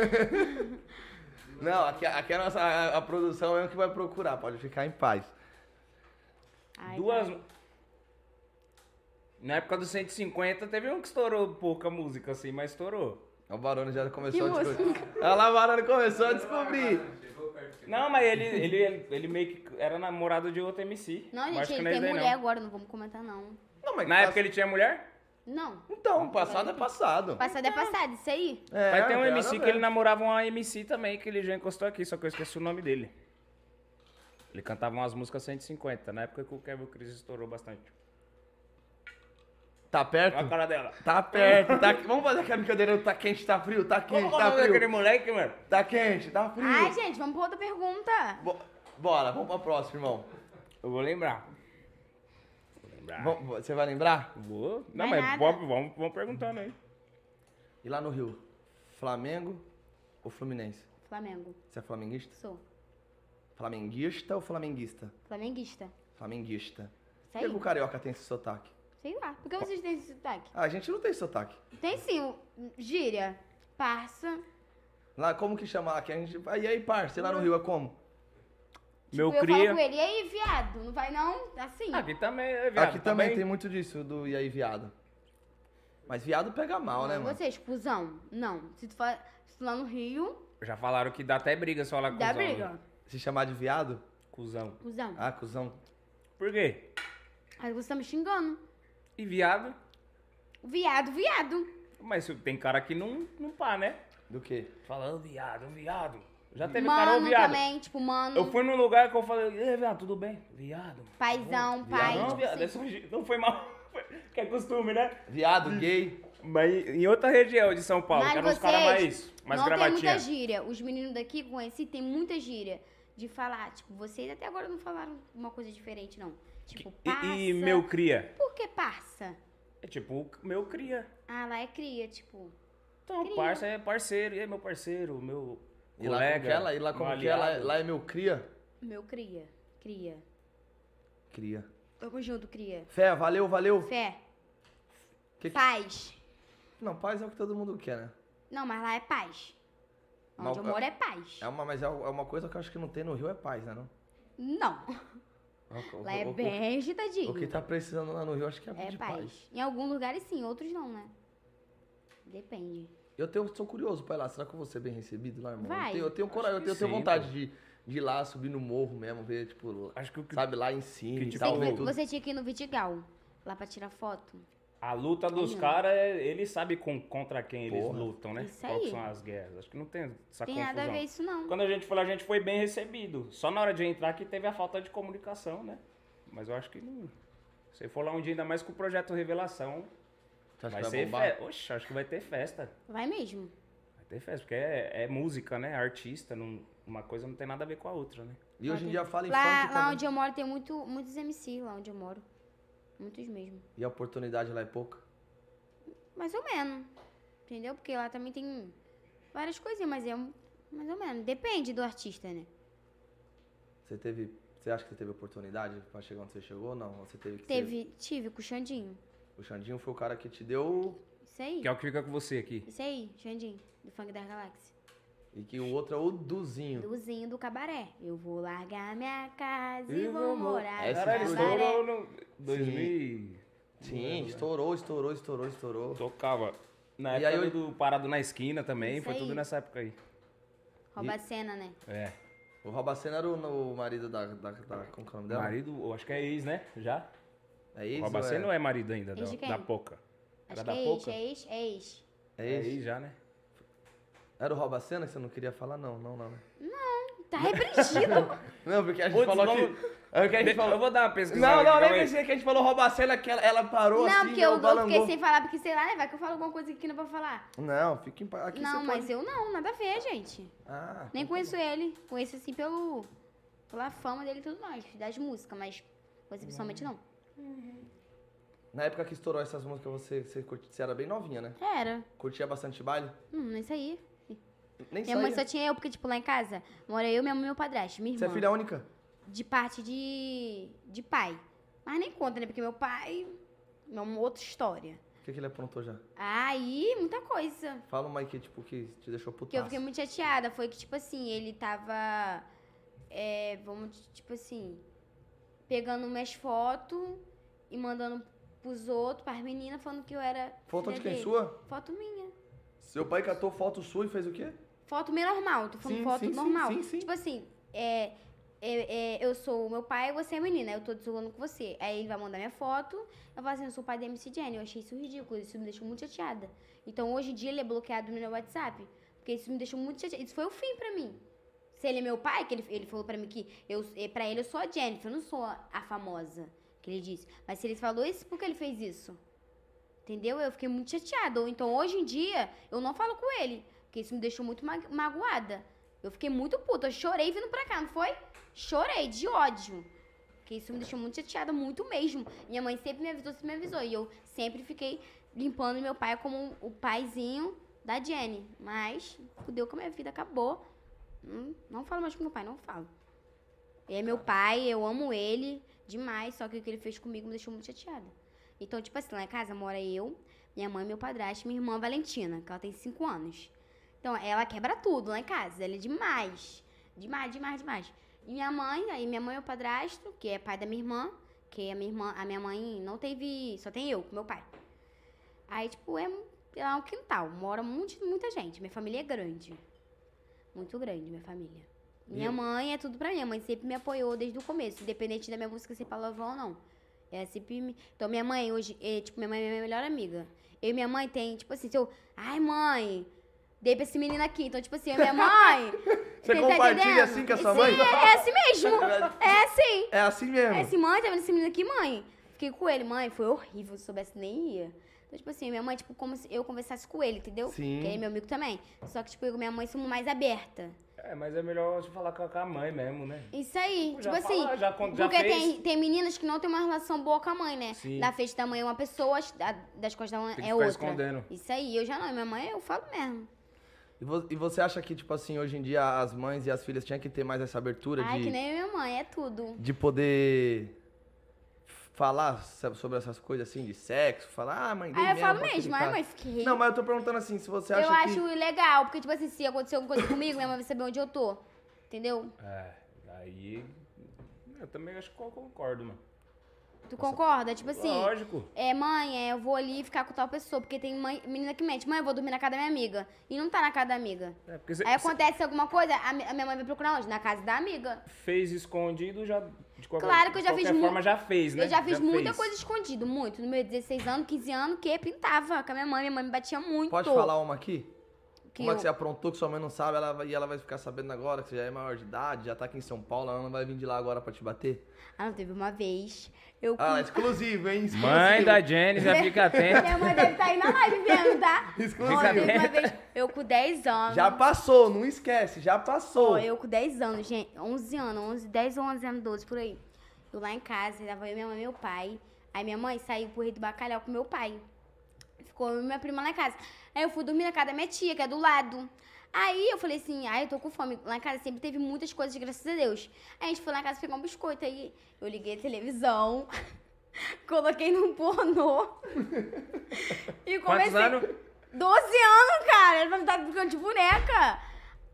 Não, aqui, aqui é a nossa a, a produção mesmo que vai procurar, pode ficar em paz.
Ai,
Duas. Na época do 150 teve um que estourou pouca música assim, mas estourou.
O Barone já começou
Que
a descobrir. Olha lá, o Barone começou a descobrir.
Não, mas ele, ele, ele, ele meio que era namorado de outro MC.
Não,
Acho
gente,
que
ele
não é isso
tem
daí,
mulher
não.
agora, não vamos comentar, não.
Não, mas
Na
passa-
época ele tinha mulher?
Não.
Então, passado é passado.
Passado é passado, isso aí.
É,
mas tem um
não nada
MC
a
que
ver.
ele namorava uma MC também, que ele já encostou aqui, só que eu esqueci o nome dele. Ele cantava umas músicas 150, na época que o Kevin Cris estourou bastante.
Tá perto?
Olha a cara dela.
Tá perto. Tá... Vamos fazer aquela brincadeira do tá quente, tá frio, tá
Como
quente,
que é o
tá
nome daquele
frio.
moleque, mano?
Tá quente, tá frio.
Ai, gente, vamos pra outra pergunta.
Bo- Bora, vamos pra próxima, irmão.
Eu vou lembrar. Vou lembrar.
Vamo- Você vai lembrar?
Vou. Não,
Vai
mas
nada. Tipo,
vamos, vamos, vamos perguntando aí.
E lá no Rio, Flamengo ou Fluminense?
Flamengo,
Você é flamenguista?
sou
Flamenguista ou flamenguista?
flamenguista.
Flamenguista.
Isso
Por que
aí.
que o carioca tem esse sotaque?
Sei lá. Por que vocês têm esse sotaque?
Ah, a gente não tem sotaque.
Tem sim, o- gíria. Parça. Tipo,
Lá, como que chama? Aqui a gente... E aí, parça, lá no Rio é como?
Meu
eu
cria.
falo com ele, e aí, viado? Não vai não? Assim.
Aqui também, é, viado.
Aqui também tem muito disso, do e aí, viado. Mas viado pega mal, né,
Não,
mano?
Vocês, cuzão. Não. Se tu, fa... Se tu lá no Rio,
Já falaram que dá até briga se falar
dá
cuzão. né?
briga.
Se chamar de viado?
Cuzão.
Cuzão.
Ah, cuzão.
Por quê?
Aí você tá me xingando.
E viado?
Viado, viado.
Mas tem cara que não, não pá, né?
Do quê?
Falando viado, viado. Já teve cara ô
Mano
viado.
também, tipo, mano.
Eu fui num lugar que eu falei, e aí, viado, tudo bem? Viado.
Paizão, pai.
não,
tipo
viado,
assim.
é só jeito. não foi mal. Que é costume, né?
Viado, gay.
Mas em outra região de São Paulo, que eram uns caras mais, mais
é assim, não tem
gravatinha.
muita gíria. Os meninos daqui que eu conheci tem muita gíria. De falar, tipo, vocês até agora não falaram uma coisa diferente, não. Tipo, passa.
E, e meu cria?
Por que passa?
É tipo, o meu cria.
Ah, lá é cria, tipo.
Então, parça é parceiro, e aí, meu parceiro, meu
E lá como
colega.
que ela? E lá como
meu
que ela?
Um aliado.
Lá é meu cria?
Meu cria. Cria.
Cria.
Tamo junto, cria.
Fé, valeu, valeu.
Fé.
Que-
Paz.
Não, paz é o que todo mundo quer, né?
Não, mas lá é paz. Onde
Mal-
eu moro é paz.
É uma, mas é uma coisa que eu acho que não tem no Rio é paz, né? Não?
Não.
O- o-
Lá é
o-
bem
O,
agitadinho.
o que tá precisando lá no Rio, acho que é,
É
de
paz.
paz.
Em alguns lugares sim, outros não, né? Depende.
Eu tenho, sou curioso pra ir lá. Será que eu vou ser bem recebido lá, irmão?
Vai.
Eu tenho, eu tenho coragem, eu
que
tenho, eu tenho
sim,
vontade de, de ir lá, subir no morro mesmo, ver, tipo,
Acho que o que-
sabe, lá em cima
que
e
tipo-
tal,
Tem que-
ver tudo.
você tinha que ir no Vitigal, lá pra tirar foto.
A luta dos caras, é- eles sabem com, contra quem eles
Porra.
lutam, né?
Isso
Qual que
aí.
são as guerras. Acho que não tem essa
Tem
confusão.
nada a ver isso, não.
Quando a gente foi lá, a gente foi bem recebido. Só na hora de entrar que teve a falta de comunicação, né? Mas eu acho que não. Se for lá um dia, ainda mais com o projeto Revelação,
Você acha
vai,
que vai
ser
bombar?
festa. Oxe, acho que vai ter festa.
Vai mesmo.
Vai ter festa, porque é, é música, né? Artista, não- uma coisa não tem nada a ver com a outra, né?
E hoje em dia fala em
Lá,
funk
lá
também.
onde eu moro tem muito, muitos MC, lá onde eu moro. Muitos mesmo.
E a oportunidade lá é pouca.
Mais ou menos. Entendeu? Porque lá também tem várias coisinhas, mas é um- mais ou menos. Depende do artista, né?
Você teve... Você acha que você teve oportunidade pra chegar onde você chegou ou não? Você teve que ser-
Teve, tive com o Xandinho.
O Xandinho foi o cara que te deu
Isso aí.
Que é o que fica com você aqui.
Isso aí, Xandinho, do Funk da Galáxia.
e que o outro é o Duzinho.
Luzinho do cabaré. Eu vou largar minha casa e vou morar
Esse
no
Caralho,
foi o-
cabaré.
estourou no 2000.
Sim, estourou, estourou, estourou, estourou.
Tocava. Na
E
época
aí eu-
do Parado na Esquina também,
Isso
foi
aí.
tudo nessa época aí.
Rouba a cena, né?
É.
O Robacena era o, o marido da, da, da- Como que é o nome dela?
Marido, eu acho que é ex, né? Já?
É isso?
o Abacê
é?
não é marido ainda, da,
Ex de quem?
da Poca.
Acho
Era
que
da
é ex,
Poca?
é ex, é ex.
É isso?
ex já, né?
Era o Robacena que você não queria falar? Não, não, não. né?
Tá repreendido.
Não, porque a gente
Putz,
falou
vamos-
que... É o que a gente
Eu
falou...
vou dar uma pesquisada.
Não, não,
aqui,
nem
calma aí.
pensei que a gente falou Robacena, que ela, ela parou assim,
não, porque eu,
ela
eu
balangou.
fiquei sem falar, porque sei lá, né? Vai que eu falo alguma coisa aqui que não vou falar.
Não, fica em paz. Aqui
não,
você
mas
pode...
eu não, nada a ver, gente.
Ah,
Nem conheço ele. Conheço assim pelo. pela fama dele e tudo mais, das músicas, mas você pessoalmente não.
na época que estourou essas músicas, você, você, curti- você era bem novinha, né?
Era.
Curtia bastante baile?
Hum, é isso aí.
Nem
Minha mãe
saía.
só tinha eu, porque, tipo, lá em casa, mora eu, minha mãe e meu padrasto, minha
Você
irmã.
é filha única?
de parte de, de pai. Mas nem conta, né? Porque meu pai é uma outra história.
O que, que ele aprontou já?
Aí, muita coisa.
Fala uma aí que, tipo, que te deixou
Que eu
putaço.
fiquei muito chateada. Foi que, tipo assim, ele tava. é, vamos, tipo assim. Pegando minhas fotos e mandando pros outros, pras meninas, falando que eu era.
Foto
filha
de quem?
dele.
Sua?
Foto minha.
Seu pai catou foto sua e fez o quê?
Foto meio normal, tô falando
Sim,
foto
sim, sim,
normal.
sim, sim.
Tipo assim, é, é, é, eu sou o meu pai e você é a menina, eu tô desrolando com você. Aí ele vai mandar minha foto, eu falo assim, eu sou o pai da MC Jenny. Eu achei isso ridículo, isso me deixou muito chateada. Então hoje em dia ele é bloqueado no meu WhatsApp, porque isso me deixou muito chateada. Isso foi o fim pra mim. Se ele é meu pai, que ele, ele falou pra mim que eu, eh, pra ele eu sou a Jennifer, eu não sou a, a famosa, que ele disse. Mas se ele falou isso, por que ele fez isso? Entendeu? Eu fiquei muito chateada. Ou Então, hoje em dia, eu não falo com ele. Porque isso me deixou muito ma- magoada. Eu fiquei muito puta. Eu chorei vindo pra cá, não foi? Chorei de ódio. Porque isso me deixou muito chateada, muito mesmo. Minha mãe sempre me avisou, sempre me avisou. E eu sempre fiquei limpando meu pai como o paizinho da Jenny. Mas, fudeu com a minha vida, acabou. Hum, Não falo mais com meu pai, não falo. Ele é meu pai, eu amo ele demais. Só que o que ele fez comigo me deixou muito chateada. Então, tipo assim, lá em casa mora eu, minha mãe, meu padrasto e minha irmã Valentina, que ela tem 5 anos. Então, ela quebra tudo lá em casa. Ela é demais. Demais, demais, demais. E minha mãe, aí minha mãe é o padrasto, que é pai da minha irmã, que a minha irmã, a minha mãe não teve, só tem eu, com meu pai. Aí, tipo, é, um- sei lá, um quintal, mora muito, muita gente, minha família é grande. Muito grande, minha família. Minha
Meu.
mãe é tudo pra mim, minha mãe sempre me apoiou desde o começo, independente da minha música ser palavrão ou não. Ela sempre me... Então, minha mãe hoje, é, tipo, minha mãe é minha melhor amiga. Eu e minha mãe tem, tipo assim, se eu... Ai, mãe, dei pra esse menino aqui. Então, tipo assim, eu e minha mãe...
Você
tá
compartilha
entendendo?
assim com a sua
Sim,
mãe?
é, é assim mesmo. É assim.
É assim mesmo.
Aí, assim, mãe, tá vendo esse menino aqui, mãe? Fiquei com ele, mãe, foi horrível, se soubesse nem ia. Então, tipo assim, minha mãe, tipo, como se eu conversasse com ele, entendeu?
Sim.
Que ele é meu amigo também. Só que, tipo, eu e minha mãe somos mais aberta.
É, mas é melhor te falar com a com a mãe mesmo, né?
Isso aí,
Já
tipo
fala,
assim.
já con- já
porque
fez.
tem, tem meninas que não tem uma relação boa com a mãe, né?
Sim.
Da frente da mãe é uma pessoa, as- da- das costas da mãe
Tem que
é
ficar
outra.
escondendo.
Isso aí, eu já não. Minha mãe, eu falo mesmo.
E, vo- e você acha que, tipo assim, hoje em dia as mães e as filhas tinham que ter mais essa abertura
Ai,
de,
que nem minha mãe, é tudo.
de poder falar sabe, sobre essas coisas assim, de sexo, falar, ah, mãe, dei
é
Aí eu falo
aquele
mesmo, ai,
cara."
mãe, fiquei.
Não, mas eu tô perguntando assim, se você acha
eu
que...
acho legal, porque, tipo assim, se acontecer alguma coisa comigo, minha mãe vai saber onde eu tô. Entendeu?
É, aí. Eu também acho que eu concordo, mano.
Tu concorda? Tipo assim.
Lógico.
É, mãe, é, eu vou ali ficar com tal pessoa, porque tem mãe, menina que mente, mãe, eu vou dormir na casa da minha amiga. E não tá na casa da amiga.
É, porque você
Aí acontece alguma coisa, a, mi- a minha mãe vai procurar onde? Na casa da amiga.
fez escondido, já. De qualquer,
Claro que eu já
de qualquer
fiz mu-
forma já fez, né?
Eu já fiz muita
fez.
coisa escondido, muito. No meu 16 anos, 15 anos, que pintava com a minha mãe. Minha mãe me batia muito.
Pode falar uma aqui?
Que
uma
eu-
é que você aprontou que sua mãe não sabe ela, vai- e ela vai ficar sabendo agora que você já é maior de idade, já tá aqui em São Paulo, ela não vai vir de lá agora pra te bater?
Ah, não, teve uma vez. Eu
Ah, exclusivo, hein? Exclusivo.
assim.
Mãe da Jenny, já fica atento.
Minha mãe deve estar aí na live vendo, tá?
Exclusivo.
Ó, teve uma vez, eu com 10 anos.
Já passou, não esquece, já passou.
Ó, eu com 10 anos, gente, 11 anos, 11, 10, 11 anos, 12, por aí. Eu lá em casa, tava eu, minha mãe e meu pai. Aí minha mãe saiu pro Rio do Bacalhau com meu pai. Ficou eu e minha prima lá em casa. Aí eu fui dormir na casa da minha tia, que é do lado. Aí eu falei assim, ai, eu tô com fome. Lá em casa sempre teve muitas coisas, graças a Deus. Aí a gente foi lá em casa pegar um biscoito. Aí eu liguei a televisão, coloquei num pornô. e comecei...
Quantos anos?
12 anos, cara. Ela me tava ficando de boneca.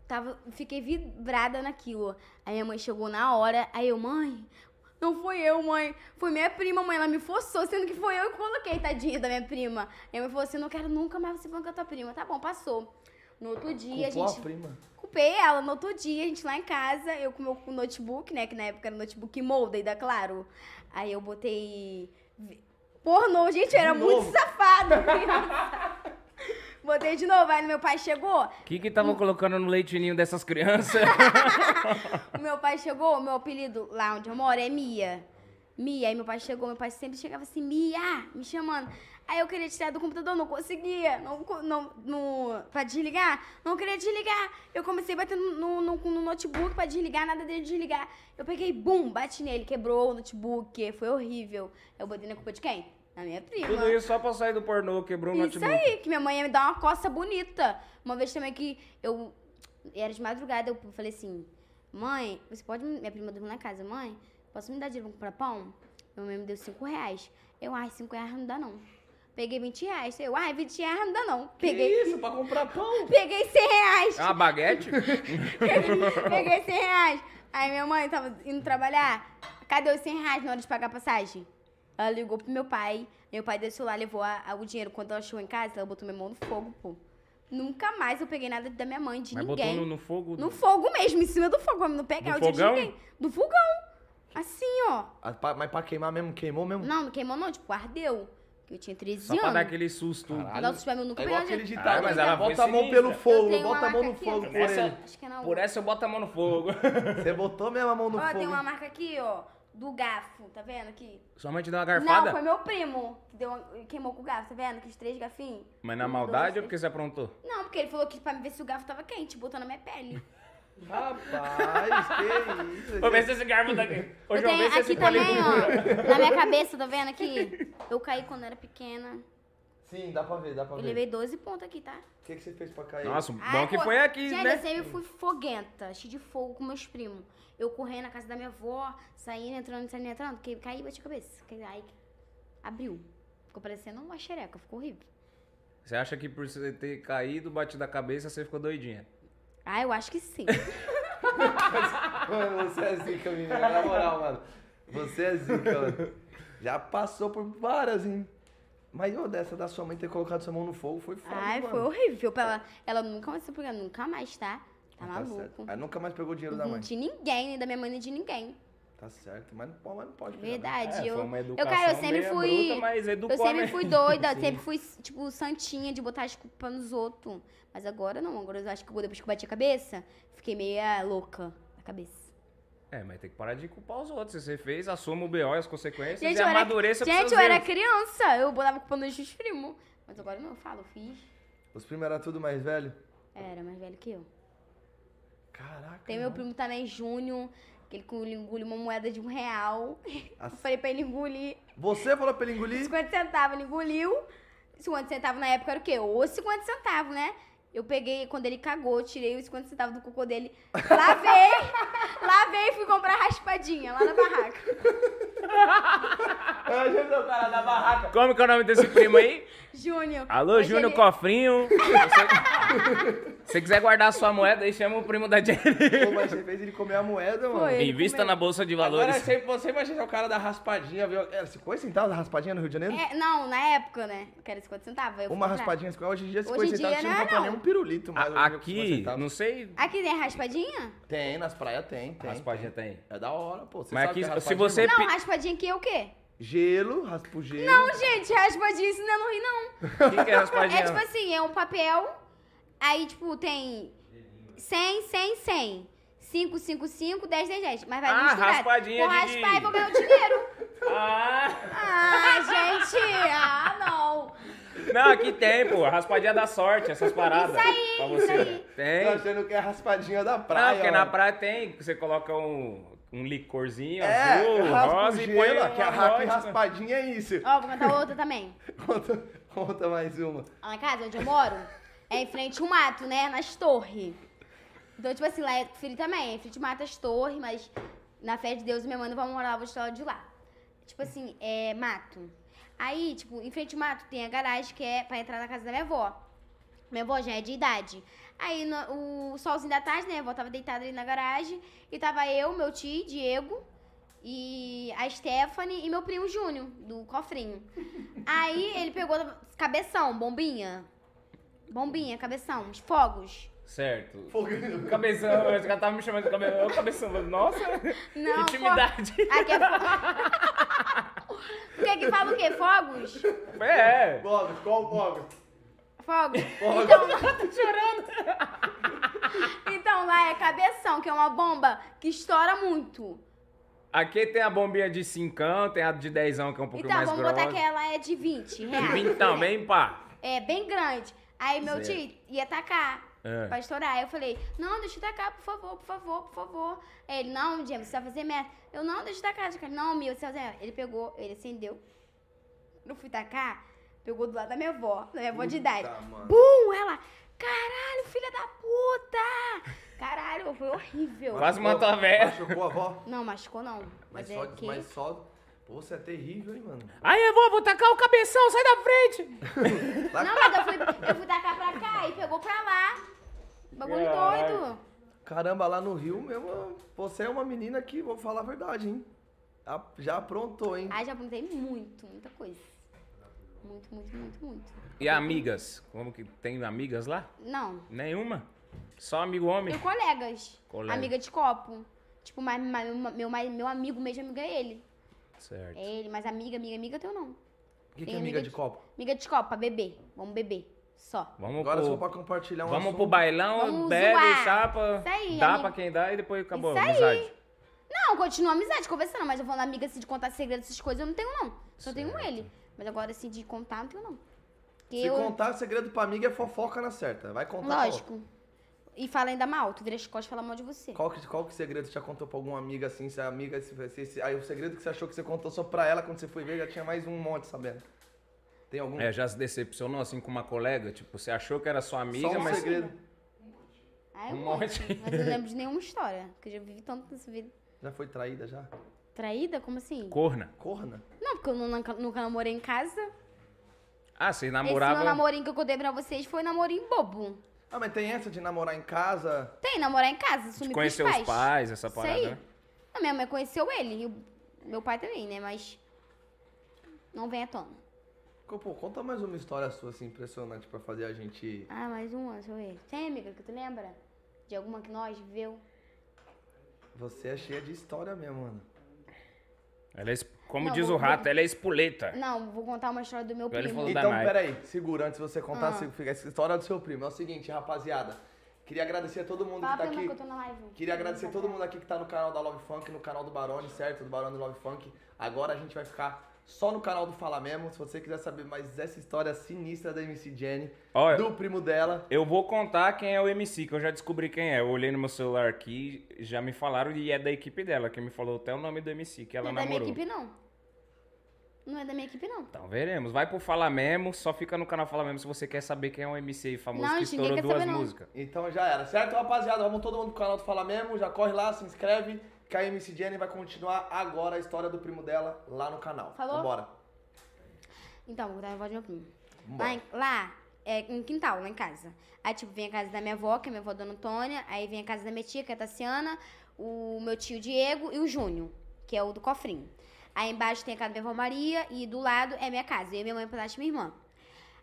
Tava, fiquei vibrada naquilo. Aí minha mãe chegou na hora. Aí eu, mãe, não foi eu, mãe. Foi minha prima, mãe. Ela me forçou, sendo que foi eu que coloquei, tadinha da minha prima. Aí minha mãe falou assim, não quero nunca mais você falando com a tua prima. Tá bom, passou. No outro dia,
Culpou
a
a
gente...
prima.
Culpei ela no outro dia, a gente lá em casa, eu com o meu notebook, né? Que na época era notebook molda, da Claro. Aí eu botei. vi- Pornô, gente, eu era
De
muito
novo?
safada. criança. botei de novo, aí meu pai chegou.
O que que estavam colocando no leitinho dessas crianças?
O meu pai chegou, o meu apelido lá onde eu moro é Mia. Mia, aí meu pai chegou, meu pai sempre chegava assim, Mia, me chamando. Aí eu queria tirar do computador, não conseguia, não, co- não, no, pra desligar, não queria desligar. Eu comecei a bater no, no, no- no notebook pra desligar, nada dele desligar. Eu peguei, bum, bati nele, quebrou o notebook, foi horrível. Eu botei na culpa de quem? Na minha prima.
Tudo isso só pra sair do pornô, quebrou o
Isso
notebook.
aí, que minha mãe ia me dar uma coça bonita. Uma vez também que eu. Era de madrugada, eu falei assim: Mãe, você pode. me- Minha prima dormiu na casa, mãe, posso me dar dinheiro pra comprar pão? Minha mãe me deu 5 reais. Eu, ai, 5 reais não dá não. Peguei 20 reais. Eu, ai, 20 reais não dá não. Peguei,
Que isso, pra comprar pão.
peguei 100 reais.
É uma baguete?
Peguei 100 reais. Aí minha mãe tava indo trabalhar. Cadê os 100 reais na hora de pagar a passagem? Ela ligou pro meu pai. Meu pai desceu lá, levou a- a- o dinheiro. Quando ela chegou em casa, ela botou minha mão no fogo, pô. Nunca mais eu peguei nada da minha mãe, de
Mas botou
ninguém.
no, no fogo?
No fogo mesmo, em cima do fogo, pra mim não pegar
Do
o dinheiro de
fogão?
ninguém. Do fogão. Assim, ó.
Ah, pa- Mas pra queimar mesmo, queimou mesmo?
Não, não queimou não, tipo, ardeu. Que eu tinha 13
Só pra dar
anos.
aquele susto.
Não, se tiver, eu nunca
É
peguei
igual
nada.
aquele
Ah,
ditado,
mas
né?
ela foi
bota a mão
sinistra.
pelo
Eu
fogo,
tenho uma
bota a mão
marca
no
aqui,
fogo
ó.
por
Essa-
ele.
Acho que é na
Por
outra.
essa eu boto a mão no fogo.
Você botou mesmo a mão no
Ó,
fogo.
tem uma
hein?
marca aqui, ó. Do garfo, tá vendo aqui?
Sua mãe te deu uma
Não,
garfada?
foi meu primo que deu, queimou com o garfo, tá vendo? Que os três gafinhos.
Mas na
Um,
maldade
dois,
ou porque você aprontou?
três. Não, porque ele falou que pra me ver se o garfo tava quente, botou na minha pele.
Rapaz, que isso.
Vou ver se esse garfo daqui. Ô,
Eu
João, vê
tenho
se esse tá
aqui
palito.
também, ó. Na minha cabeça, tá vendo aqui? Eu caí quando era pequena.
Sim, dá pra ver, dá pra
Eu
ver.
levei 12 pontos aqui, tá?
O que, que você fez pra cair?
Nossa, bom
Ai,
que
Ah, pô,
foi aqui,
gente,
né?
eu sempre fui foguenta, cheio de fogo com meus primos. Eu correndo na casa da minha avó, saindo, entrando, saindo, entrando, que caí, bati a cabeça. Que- Aí abriu. Ficou parecendo uma xereca, ficou horrível.
Você acha que por você ter caído, batido a cabeça, você ficou doidinha?
Ah, eu acho que sim.
Mano, você é zica, menina. Na moral, mano. Você é zica, mano. Já passou por várias, hein? Mas ô, dessa da sua mãe ter colocado sua mão no fogo foi foda,
Ai,
mano.
foi horrível. pra Ela, ela nunca mais se pegou, nunca mais, tá? Tá
Ah, certo.
maluco.
Aí tá nunca mais pegou o dinheiro da mãe.
De ninguém, nem da minha mãe, nem de ninguém.
Tá certo, mas não pode, mas não pode. filha da mãe.
Verdade.
É,
eu,
foi uma
eu, cara, eu
educação
sempre
meio
fui.
bruta, mas educou
eu
a
sempre
men-
fui doida,
Sim.
sempre fui, tipo, santinha de botar as culpas nos outros. Mas agora não, agora eu acho que depois que eu bati a cabeça, fiquei meio louca na cabeça.
É, mas tem que parar de culpar os outros. Se você fez, assuma o BO e as consequências
Gente,
e
eu era-
amadureça pros
Gente, eu
seus
era
erros.
criança, eu botava culpa nos meus primos. Mas agora não, eu falo, fiz.
Os primos eram tudo mais velho?
Era mais velho que eu.
Caraca.
Tem meu
mano.
primo também, Júnior, que ele com- ele engole uma moeda de um real. Eu
As-
falei pra ele engolir
Você falou pra ele engolir?
50 centavos, ele engoliu. 50 centavos na época era o quê? Ou 50 centavos, né? Eu peguei, quando ele cagou, eu tirei os 50 centavos do cocô dele, lavei, lavei e fui comprar raspadinha lá na barraca.
Ai, Ah, gente, é o cara da barraca.
Como que é o nome desse primo aí?
Júnior.
Alô,
hoje
Júnior
ele-
Cofrinho. Você- Se você quiser guardar sua moeda aí, chama o primo da Jenny.
Pô, mas você fez ele comer a moeda, mano.
Foi. Ele
Invista
comeu.
na Bolsa de
Agora
Valores.
você, você imagina o cara da raspadinha, viu? Era 50 É, centavos da raspadinha no Rio de Janeiro?
É, não, na época, né? Que era 50 centavos. eu fui
Uma
comprar.
raspadinha, 50. hoje em dia
Hoje em
50 centavos
dia
você
não
não
é,
compra
não.
nem um pirulito. Mas
A-
hoje em dia, 50
Aqui,
centavos.
não sei.
Aqui tá- tem raspadinha?
Tem, nas praias tem, tem.
Raspadinha tem.
É da hora, pô. Você
Mas
sabe
aqui,
que é
se
raspadinha,
você-
mano?
Não,
Pi-
raspadinha aqui é o quê?
Gelo, raspa o gelo.
Não, gente, raspadinha isso não é no Rio, não.
O que, que é raspadinha?
É tipo assim, é um papel, aí tipo tem 100, 100, 100. 5, 5, 5, 10, 10, 10. Mas vai
Ah,
misturado.
raspadinha
Vou
de-
raspar e vou ganhar o dinheiro.
Ah,
Ah, gente. Ah, não.
não, aqui tem, pô. Raspadinha da sorte, essas paradas. Isso aí, pra você. Tem.
Tá achando que é a raspadinha da praia.
não, porque na
ó.
praia tem. Você coloca um, um licorzinho
É,
azul,
raspa
rosa
o
é e
gelo,
põe né?
aqui a
uma
rapa e
vodka.
raspadinha é isso.
Ó, vou cantar outra também.
Conta, conta mais uma.
Lá Ah, na casa onde eu moro, é em frente ao mato, né? Nas torres. Então, tipo assim, lá é frio também. É em frente ao mato, as torres, mas na fé de Deus, minha mãe não vai morar lá, vou estar de lá. Tipo assim, é mato. Aí, tipo, em frente ao mato tem a garagem que é pra entrar na casa da minha avó. Minha avó já é de idade. Aí, no- o solzinho da tarde, né? Minha avó tava deitada ali na garagem. E tava eu, meu tio, Diego, e a Stephanie e meu primo Júnior, do cofrinho. Aí ele pegou cabeção, bombinha. Bombinha, cabeção, os fogos.
Certo.
Fogo-
Cabeção, os caras estavam me chamando de cabeção. Ô, cabeção, nossa.
Não,
que intimidade.
Fogo. Aqui é fogo. Porque aqui fala o quê? Fogos?
É.
Bob, qual o Bob?
Fogos.
Fogos.
Então... Tô chorando. Então lá é cabeção, que é uma bomba que estoura muito.
Um Aqui tem a bombinha de 5, tem a de 10 que é um pouquinho
então,
mais
vamos
grossa.
botar que ela é de 20 reais.
Então, bem pá.
É, bem grande. Aí meu
Zero.
tio ia tacar.
É.
Pra estourar. Aí eu falei, não, deixa eu tacar, por favor, por favor, por favor. Aí Ele, não, James, você vai fazer merda. Eu, não, deixa eu tacar. Deixa eu tacar. Não, meu, você vai fazer merda. Ele pegou, ele acendeu. Não fui tacar, pegou do lado da minha avó, da minha avó de idade.
mano.
Bum! Ela, caralho, filha da puta! Caralho, foi horrível.
Quase matou a velha.
Machucou a avó.
Não, machucou não.
Mas
Mas,
só,
é que...
mas só. Pô, você é terrível, hein, mano.
Aí, eu vou, vou tacar o cabeção, sai da frente.
Não, mas eu fui, eu fui tacar pra cá e pegou pra lá. Bagulho
Caralho.
doido.
Caramba, lá no Rio mesmo, você é uma menina que, vou falar a verdade, hein? A- Já aprontou, hein?
Ah, já aprontei muito, muita coisa. Muito, muito, muito, muito.
E amigas? Como que tem amigas lá?
Não.
Nenhuma. Só amigo homem.
Tenho colegas.
Colega.
Amiga de copo. Tipo, mas, mas meu- meu, mas meu amigo mesmo, amigo é ele.
Certo.
É ele, mas amiga, amiga, amiga, teu não.
O que, que
tem
é
amiga
amiga de
de-
copo?
Amiga de copo, pra beber. Vamos beber. Só.
Vamos
Agora
pro...
só pra compartilhar um
Vamos
assunto.
pro bailão,
Vamos
bebe,
zoar.
chapa,
Isso aí,
dá
amigo.
pra quem dá e depois acabou
Isso
a
aí.
amizade.
Não, continua a amizade, conversando. Mas eu falando amiga assim, de contar segredos, essas coisas, eu não tenho, não. Só tenho
Certo.
ele. Mas agora, assim, de contar, não tenho, não. Porque
Se
eu.
contar segredo pra amiga é fofoca na certa. Vai contar pra outra.
Lógico. E fala ainda mal. Tu vira as costas e fala mal de você.
Qual que, qual que segredo você já contou pra alguma amiga assim? Se a amiga. Se, se- se- aí o segredo que você achou que você contou só pra ela, quando você foi ver, já tinha mais um monte sabendo. Tem algum?
É, já se decepcionou assim com uma colega? Tipo, você achou que era sua amiga,
só um
mas.
segredo.
Ai,
Um
um monte.
monte.
Mas eu não lembro de nenhuma história. Porque eu já vivi tanto nessa vida.
Já foi traída já?
Traída? Como assim?
Corna.
Corna?
Não, porque eu nu- nunca, nunca namorei em casa.
Ah, você
Esse meu
namorava.
namorinho que eu contei pra vocês foi namorinho bobo.
Ah, mas tem essa de namorar em casa?
Tem, namorar em casa, sumir com os
Conhecer
é pais.
os pais, essa
Isso
parada.
aí.
né?
Não, minha mãe conheceu ele. E o meu pai também, né? Mas. Não vem à tona.
Pô, conta mais uma história sua, assim, impressionante pra fazer a gente...
Ah, mais uma, deixa eu ver. Tem, amiga, que tu lembra? De alguma que nós viveu?
Você é cheia de história mesmo, mano.
Ela é es- Como
Não,
diz o
vou-
rato, ela é espoleta.
Não, vou contar uma história do meu
Ele
primo.
falou da-
Então,
mais.
peraí, segura, antes de você
Ah.
contar se- fica essa história do seu primo. É o seguinte, rapaziada, queria agradecer a todo mundo
Fala
que tá
pra irmã
aqui.
que eu tô na live.
Queria agradecer a todo mundo aqui que tá no canal da Love Funk, no canal do Barone, certo? Do Barone Love Funk. Agora a gente vai ficar só no canal do Fala Mesmo. Se você quiser saber mais dessa história sinistra da MC Jenny,
Olha,
do primo dela,
eu vou contar quem é o MC, que eu já descobri quem é. Eu olhei no meu celular aqui, já me falaram e é da equipe dela, que me falou até o nome do MC, que ela
Não é da minha
namorou.
equipe, não. Não é da minha equipe, não.
Então veremos. Vai pro Fala Memo, só fica no canal Fala Memo se você quer saber quem é um MC aí famoso
Não,
que
gente, ninguém
estourou duas
quer saber, não.
músicas.
então já era, certo, rapaziada? Vamos todo mundo pro canal do Fala Mesmo. Já corre lá, se inscreve, que a MC Jenny vai continuar agora a história do primo dela lá no canal.
Falou?
Vambora.
Então, vou contar a voz do meu primo.
Vambora.
Lá, em, lá é, em quintal, lá em casa. Aí, tipo, vem a casa da minha avó, que é minha avó Dona Antônia. Aí vem a casa da minha tia, que é a Tassiana, o meu tio Diego e o Júnior, que é o do cofrinho. Aí embaixo tem a casa da minha avó Maria e do lado é minha casa. Eu, minha mãe, meu e minha irmã.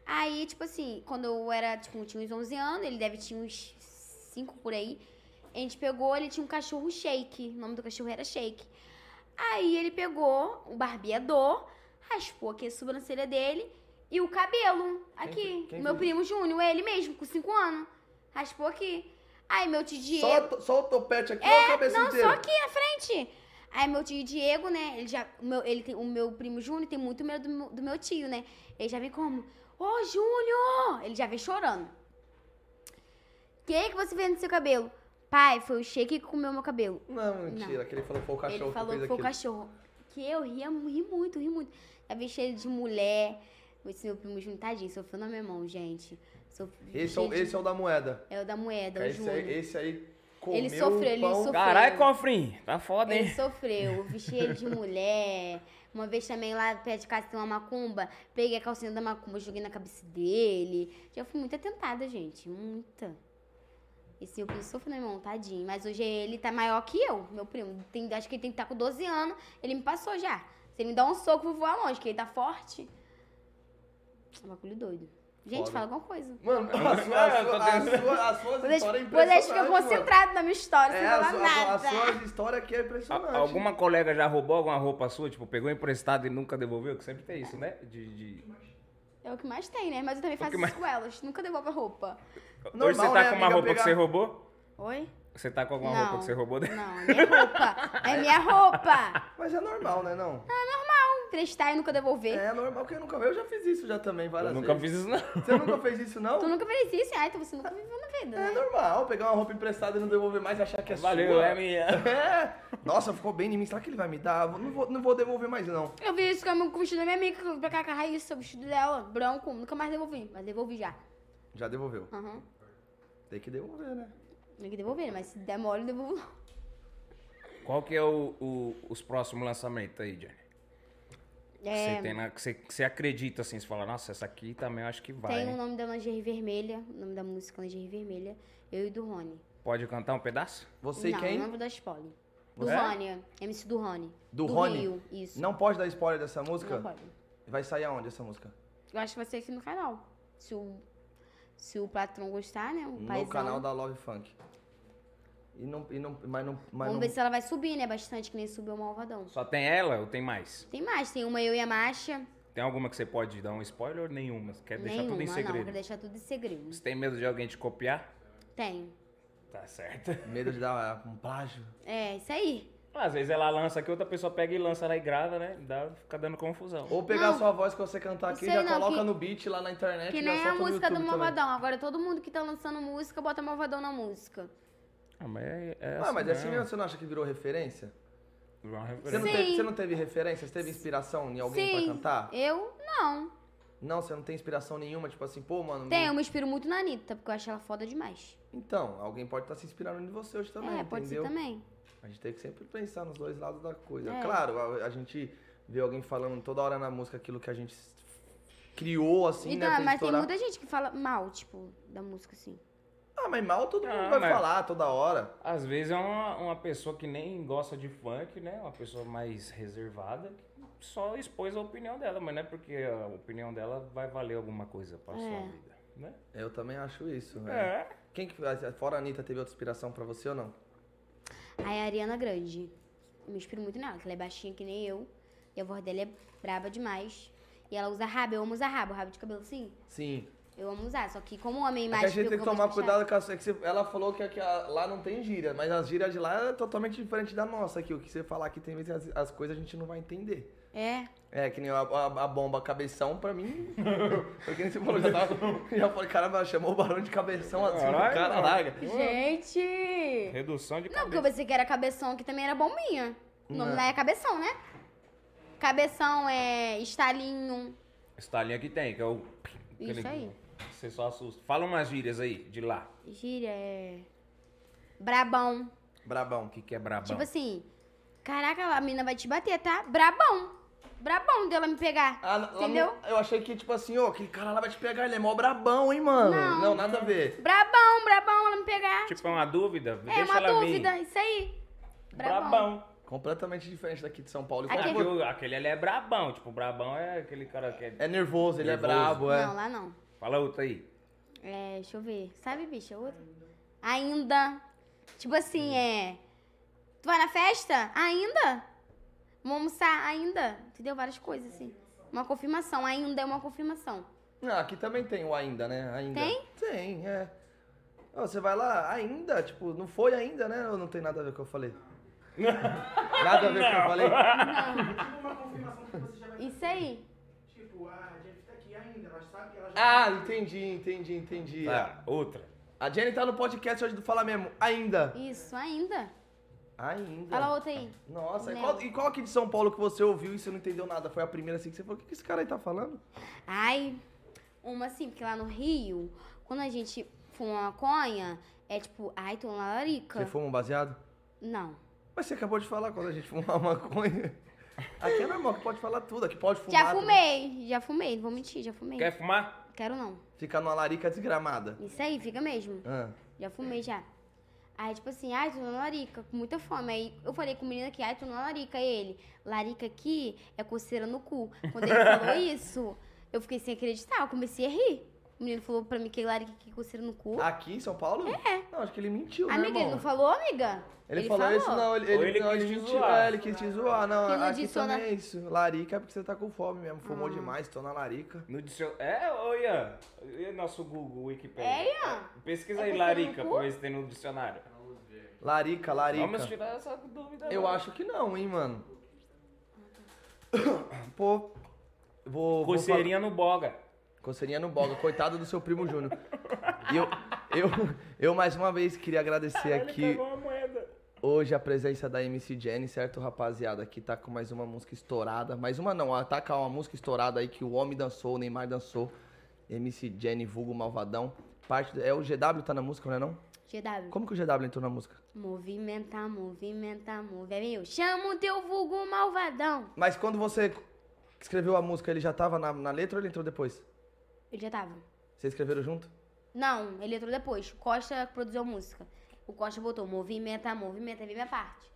Aí, tipo assim, quando eu era, tipo, tinha uns 11 anos, ele deve tinha uns 5 por aí. A gente pegou, ele tinha um cachorro shake. O nome do cachorro era shake. Aí ele pegou o barbeador, raspou aqui a sobrancelha dele e o cabelo. Aqui.
quem
meu
fez
primo Júnior, ele mesmo, com 5 anos. Raspou aqui. Aí meu tio Diego.
Só, o to- só o topete aqui, olha a cabeça
É, Não,
inteira.
só aqui na frente. Aí meu tio Diego, né? Ele já. O meu, ele tem, o meu primo Júnior tem muito medo do, meu- do meu tio, né? Ele já vem como? Ô, Júnior! Ele já vem chorando. O que, que você vê no seu cabelo? Pai, foi o shake que comeu meu cabelo.
Não, mentira, que ele falou que foi o cachorro
ele falou
que
que
fez
foi o
aquilo.
cachorro. Que eu ria, ri muito, ri muito. Já vi cheiro de mulher. Esse meu primo Júnior, tadinho, sofreu na minha mão, gente. Sofreu,
Esse, é o,
gente,
esse é o da moeda.
é o da moeda, o
Esse aí,
Júnior.
esse aí comeu
Ele sofreu, ele
pão.
sofreu.
Caralho, cofrinho, tá foda,
Ele
hein?
sofreu, eu vesti ele de mulher. Uma vez também lá perto de casa tem uma macumba, peguei a calcinha da macumba, joguei na cabeça dele. Já fui muito atentada, gente, muita. Esse meu primo sofreu, meu irmão, tadinho. Mas hoje ele tá maior que eu, meu primo. Tem- acho que ele tem que estar com 12 anos, ele me passou já. Se ele me dá um soco, eu vou voar longe, que ele tá forte. É um bagulho doido. Gente,
Foda.
fala alguma coisa.
Mano, a sua, a sua, a sua, a sua
Vocês,
história é
vocês ficam
impressionante, mano.
concentrados na minha história, sem
É, a
falar
sua, a,
nada.
a sua história aqui é
A-
impressionante.
alguma colega já roubou alguma roupa sua? Tipo, pegou emprestado e nunca devolveu? Que sempre tem isso, né? De, de-
É o que mais tem, né? Mas eu também faço
que
isso
mais-
com elas. Nunca devolvo a roupa.
Hoje você
Normal,
tá
né,
com uma
amiga,
roupa que
pegar-
você roubou?
Oi?
Você tá com alguma
Não.
roupa que você roubou?
Não, é minha roupa. É minha roupa.
Mas é normal, né, não?
Emprestar e nunca devolver.
É normal, quem nunca viu, eu já fiz isso já também
Eu
várias
nunca
vezes.
fiz isso, não.
Você nunca fez isso, não?
Tu nunca fez isso? Ah, então você nunca viveu na vida,
É
né?
normal, pegar uma roupa emprestada e não devolver mais e achar que é
Valeu,
sua.
é minha.
É. Nossa, ficou bem em mim, será que ele vai me dar? Não vou, não vou devolver mais, não.
Eu vi isso com a minha- com o vestido da minha amiga, que eu fui pra cá com a Raíssa, o vestido dela, branco. Nunca mais devolvi, mas devolvi já.
Já devolveu.
Aham.
Tem que devolver, né?
Tem que devolver, mas se der mole, eu devolvo. não.
Qual que é o, o- os próximos lançamentos aí, Jenny? Que
É,
você tem né? na- que você- que você acredita assim, você fala, nossa, essa aqui também eu acho que vai.
tem o
hein?
nome da Lingerie Vermelha, o nome da música Lingerie Vermelha, eu e do Rony.
Pode cantar um pedaço?
Você e
não,
quem?
não vou dar spoiler. Do
Você?
Rony, MC do Rony.
Do Rony?
Rio, isso.
Não pode dar spoiler dessa música?
não pode.
Vai sair aonde essa música?
Eu acho que vai ser aqui no canal. Se o, se o patrão gostar, né? O
No
paizão.
canal da Love Funk. E não, e não, mas não, mas
Vamos
não-
ver se ela vai subir, né? Bastante, que nem subiu o Malvadão.
Só tem ela ou tem mais?
Tem mais, tem uma eu e a Masha.
Tem alguma que você pode dar um spoiler ou nenhuma? Quer deixar
Nenhuma,
tudo em
não.
segredo?
Pra deixar tudo em segredo.
Você tem medo de alguém te copiar?
Tem.
Tá certo.
medo de dar um plágio.
É, isso aí.
Às vezes ela lança aqui, outra pessoa pega e lança lá e grava, né? Dá, fica dando confusão.
Ou pegar
Não.
sua voz que você cantar
Não
aqui,
sei
já
não,
coloca
que-
no beat lá na internet
Que
e já
nem a
solta no
música do
YouTube também.
Malvadão. Agora todo mundo que tá lançando música bota Malvadão na música.
Ah, mas é, é
Ah, mas é assim mesmo,
mesmo.
você não acha que virou referência?
Uma
Você não,
referência.
teve,
Sim.
você não teve referência? Você teve inspiração em alguém
Sim.
pra cantar?
Eu? Não.
Não, você não tem inspiração nenhuma, tipo assim, pô, mano.
Tem, eu
não-
me inspiro muito na Anitta, porque eu acho ela foda demais.
Então, alguém pode estar se inspirando em você hoje também.
é, pode
entendeu?
ser também.
A gente tem que sempre pensar nos dois lados da coisa.
É.
Claro, a, a gente vê alguém falando toda hora na música aquilo que a gente s- criou, assim,
então,
né? pra
mas tem
estourar.
muita gente que fala mal, tipo, da música, assim.
Ah, mas mal todo mundo
Ah,
vai
mas-
falar toda hora.
Às vezes é uma, uma pessoa que nem gosta de funk, né? Uma pessoa mais reservada, que só expôs a opinião dela, mas não é porque a opinião dela vai valer alguma coisa pra
É.
sua vida, né?
Eu também acho isso, velho.
É.
Quem que. Fora a Anitta, teve outra inspiração pra você ou não?
Aí a Ariana Grande. Eu me inspiro muito nela, que ela é baixinha que nem eu. E a voz dela é braba demais. E ela usa rabo, eu amo usar rabo, rabo de cabelo sim.
Sim.
Eu amo usar, só que como homem
É
mais.
que a gente tem que tomar cuidado com a é que você- Ela falou que, aqui, a- lá não tem gíria, mas as gírias de lá é totalmente diferente da nossa aqui. O que você falar aqui tem vezes as, as coisas a gente não vai entender.
É.
É, que nem a, a- a bomba cabeção, pra mim. Foi que nem você falou, já tava. Já falei, caramba, chamou o barão de cabeção assim, o
Caralho,
cara
mano.
larga.
Gente!
Redução de
Não, porque eu pensei que era cabeção, que também era bombinha. O nome
Não.
lá é cabeção, né? Cabeção é estalinho.
Estalinha que tem, que é o.
Isso aí.
Você só assusta. Fala umas gírias aí, de lá.
Gíria é. Brabão.
O
Brabão.
que, que é brabão?
Tipo assim, caraca, a mina vai te bater, tá? Brabão. Brabão dela me pegar.
Ah, lá no-
entendeu?
eu achei que, tipo assim, ô, aquele cara lá vai te pegar, ele é mó brabão, hein, mano?
Não.
nada a ver.
Brabão, brabão, ela me pegar.
Tipo, é uma dúvida?
é
Deixa
uma
ela
dúvida,
vir.
isso aí. Brabão.
Brabão.
Completamente diferente daqui de São Paulo.
Aquele...
Aquele-
Aquele, ali é brabão. Tipo, brabão é aquele cara que é.
É nervoso, ele
Nervoso.
é brabo, é.
Não, lá não.
Fala outra aí.
É, deixa eu ver. Sabe, bicha, outra? Ainda. Tipo
Hum.
assim, é. Tu vai na festa? Ainda? Vamos almoçar? Ainda? Entendeu? Várias coisas, assim. Uma confirmação. Ainda é uma confirmação.
Ah, aqui também tem o ainda, né? Ainda.
Tem?
Tem, é. Ó, Você vai lá, ainda, tipo, não foi ainda, né? Ou não tem nada a ver com o que eu falei? nada a ver com o que eu falei?
Tipo uma confirmação que você já vai.
Isso aí.
Tipo, ah, a Jennifer tá aqui ainda, ela sabe que ela já.
Ah, entendi, entendi, entendi.
Tá, outra.
A Jenny tá no podcast hoje do Fala Mesmo. Ainda.
Isso, ainda.
Ainda.
Fala Né. outra aí.
Nossa, e
Não.
qual, e qual aqui de São Paulo que você ouviu e você não entendeu nada? Foi a primeira assim que você falou, o que, que esse cara aí tá falando?
Ai, uma assim, porque lá no Rio, quando a gente fuma maconha, é tipo, ai, tu é uma
Você
larica.
fuma um baseado?
Não.
Mas você acabou de falar quando a gente fumar maconha. Aqui é normal que pode falar tudo, aqui pode fumar.
Já
também.
fumei, já fumei, não vou mentir, já fumei.
Quer fumar?
Quero não.
Ficar numa larica desgramada.
Isso aí, fica mesmo.
Ah.
Já fumei já. Aí, tipo assim, ai, tu não é larica, com muita fome. Aí eu falei com o menino aqui, ai, tu não é larica. Aí ele, larica aqui é coceira no cu. Quando ele falou isso, eu fiquei sem acreditar, eu comecei a rir. O menino falou pra mim que larica aqui é coceira no cu.
Ah, Aqui em São Paulo? É. Não, acho que ele mentiu, né,
amiga, ele
irmão?
não falou, amiga?
Ele, falou, isso, não, ele,
Ou ele
não,
quis te
mentiu.
zoar.
É, ele quis te zoar, não.
Que no
aqui
dicionário-
também é isso. Larica é porque você tá com fome mesmo. Fumou demais, tô na larica.
No dicionário. É, ô Ian. E nosso Google, Wikipedia?
É, Ian.
Pesquisa
É
aí,
coceira no
larica,
cu?
pra ver se tem no dicionário.
Larica, larica.
Vamos tirar essa dúvida. né?
Eu
agora.
acho que não, hein, mano. Pô, vou... vou falar-
Coceirinha no boga.
Coceirinha no boga, coitado do seu primo Júnior. E eu, eu, eu mais uma vez queria agradecer aqui
uma moeda.
hoje a presença da MC Jenny, certo, rapaziada? Que tá com mais uma música estourada. Mais uma não, ela tá com uma música estourada aí que o homem dançou, o Neymar dançou. MC Jenny, vulgo malvadão. Parte, é o GW tá na música, não é não?
GW.
Como que o GW entrou na música?
Movimentar, movimentar, movimentar. Aí Eu chamo o teu vulgo malvadão.
Mas quando você escreveu a música, ele já tava na, na letra ou ele entrou depois?
Ele já tava.
Vocês escreveram junto?
Não, ele entrou depois. O Costa produziu a música. O Costa botou movimenta, movimenta, vem minha parte.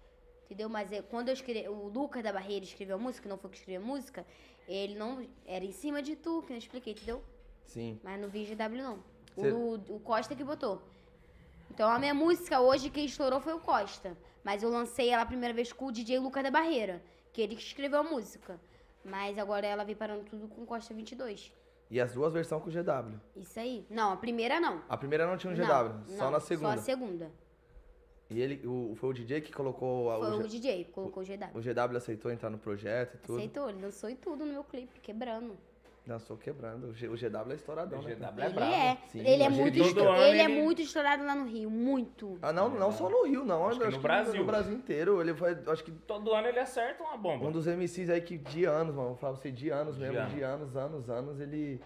Entendeu? Mas eh, quando eu escrevi. O Lucas da Barreira escreveu a música, não foi que escreveu a música. Ele não. Era em cima de tu, que eu expliquei, entendeu?
Sim.
Mas no vídeo W não. O,
Cê-
Lu- o Costa que botou. Então a minha música hoje, quem estourou foi o Costa. Mas eu lancei ela a primeira vez com o DJ Lucas da Barreira, que ele que escreveu a música. Mas agora ela vem parando tudo com Costa 22.
E as duas versões com o GW.
Isso aí. Não, a primeira não.
A primeira não tinha um GW,
Não,
só
não,
na segunda.
Só a segunda.
E ele, o, foi o DJ que colocou a,
Foi
o,
o
G-
DJ que colocou o GW.
o GW aceitou entrar no projeto e tudo.
Aceitou, ele lançou e tudo no meu clipe, quebranando.
Dançou quebrando. O, G, o GW é estouradão,
O
né?
GW
cara?
É
ele
brabo.
é.
Sim,
ele é
acho que
muito
todo
estourado.
ano
Ele é
ele-
muito estourado lá no Rio. Muito.
Ah, não, não só no Rio, não.
Acho que no Brasil.
No Brasil inteiro. Ele foi, acho que
Todo ano ele acerta uma bomba.
um dos MCs aí que de anos, mano. Vou falar pra você, de anos
De
mesmo.
anos.
De anos, anos, anos, ele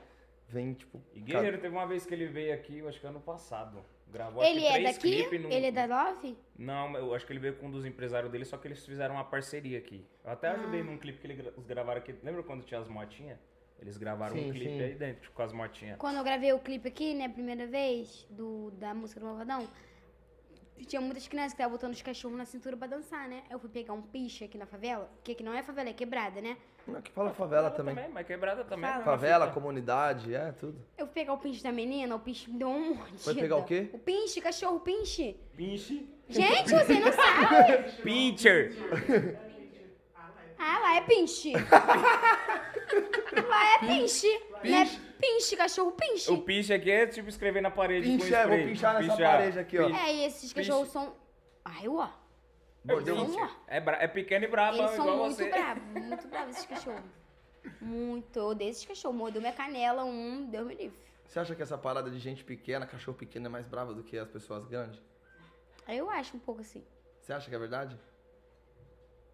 vem, tipo...
E
cara-
Guerreiro, teve uma vez que ele veio aqui, eu acho que ano passado. Gravou
Ele
acho que
é
três
daqui?
clipes no-
Ele é da Love?
Não, eu acho que ele veio com um dos empresários dele, só
Ah.
que eles fizeram uma parceria aqui. Eu até ajudei num clipe que eles gra- eles gravaram aqui. Lembra quando tinha as motinhas? Eles gravaram um
Sim,
clipe
sim.
aí dentro com as motinhas.
Quando eu gravei o clipe aqui, né, a primeira vez, do, da música do Malvadão, tinha muitas crianças que estavam botando os cachorros na cintura pra dançar, né? Eu fui pegar um picha aqui na favela, que aqui não é favela, é quebrada, né?
Não, é que fala favela também.
Mas quebrada também.
Fala.
Favela, comunidade, é, tudo.
Eu fui pegar o pinche da menina, o pinche me deu um uma mordida.
pegar o quê?
O pinche, cachorro, o pinche.
Pinche.
Gente, você não sabe!
Pincher.
Ah, lá é pinche. lá é pinche. Não é pinche, cachorro, pinche.
O pinche aqui é tipo escrever na parede. com
Pinchar, é, vou
spray.
pinchar nessa
Pinchar.
parede aqui, ó.
É, e esses cachorros são... Ai, ó.
Tá
É,
um-
Vamos
pincher.
lá.
é, bra- é pequeno e brabo,
Eles são
igual
muito
você.
bravos, muito bravos esses cachorros. Muito, eu odeio esses cachorros. Mordeu minha canela, um, deu me livre.
Você acha que essa parada de gente pequena, cachorro pequeno, é mais brava do que as pessoas grandes?
Aí eu acho um pouco assim.
Você acha que é verdade?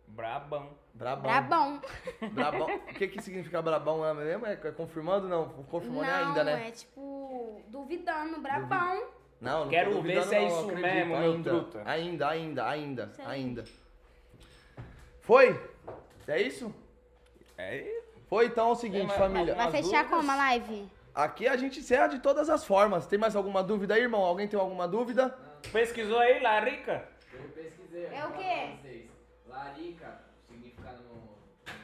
Brabão.
Brabão.
Brabão.
Tá Brabão. O que que significa brabão é mesmo? É confirmando? Não, confirmou nem
não,
ainda, né?
é tipo, duvidando, brabão.
Não, não
Quero
tô
ver se é
duvidando, não,
isso
acredito.
mesmo, meu
ainda,
truta.
Ainda, ainda, ainda,
Isso aí.
ainda. Foi? É isso?
É,
Foi então é o seguinte, família.
Vai fechar como a live?
Aqui a gente encerra de todas as formas. Tem mais alguma dúvida aí, irmão? Alguém tem alguma dúvida?
pesquisou aí, Larica?
Eu pesquisei.
É o
aqui
quê?
pra vocês. Larica, significado no, no-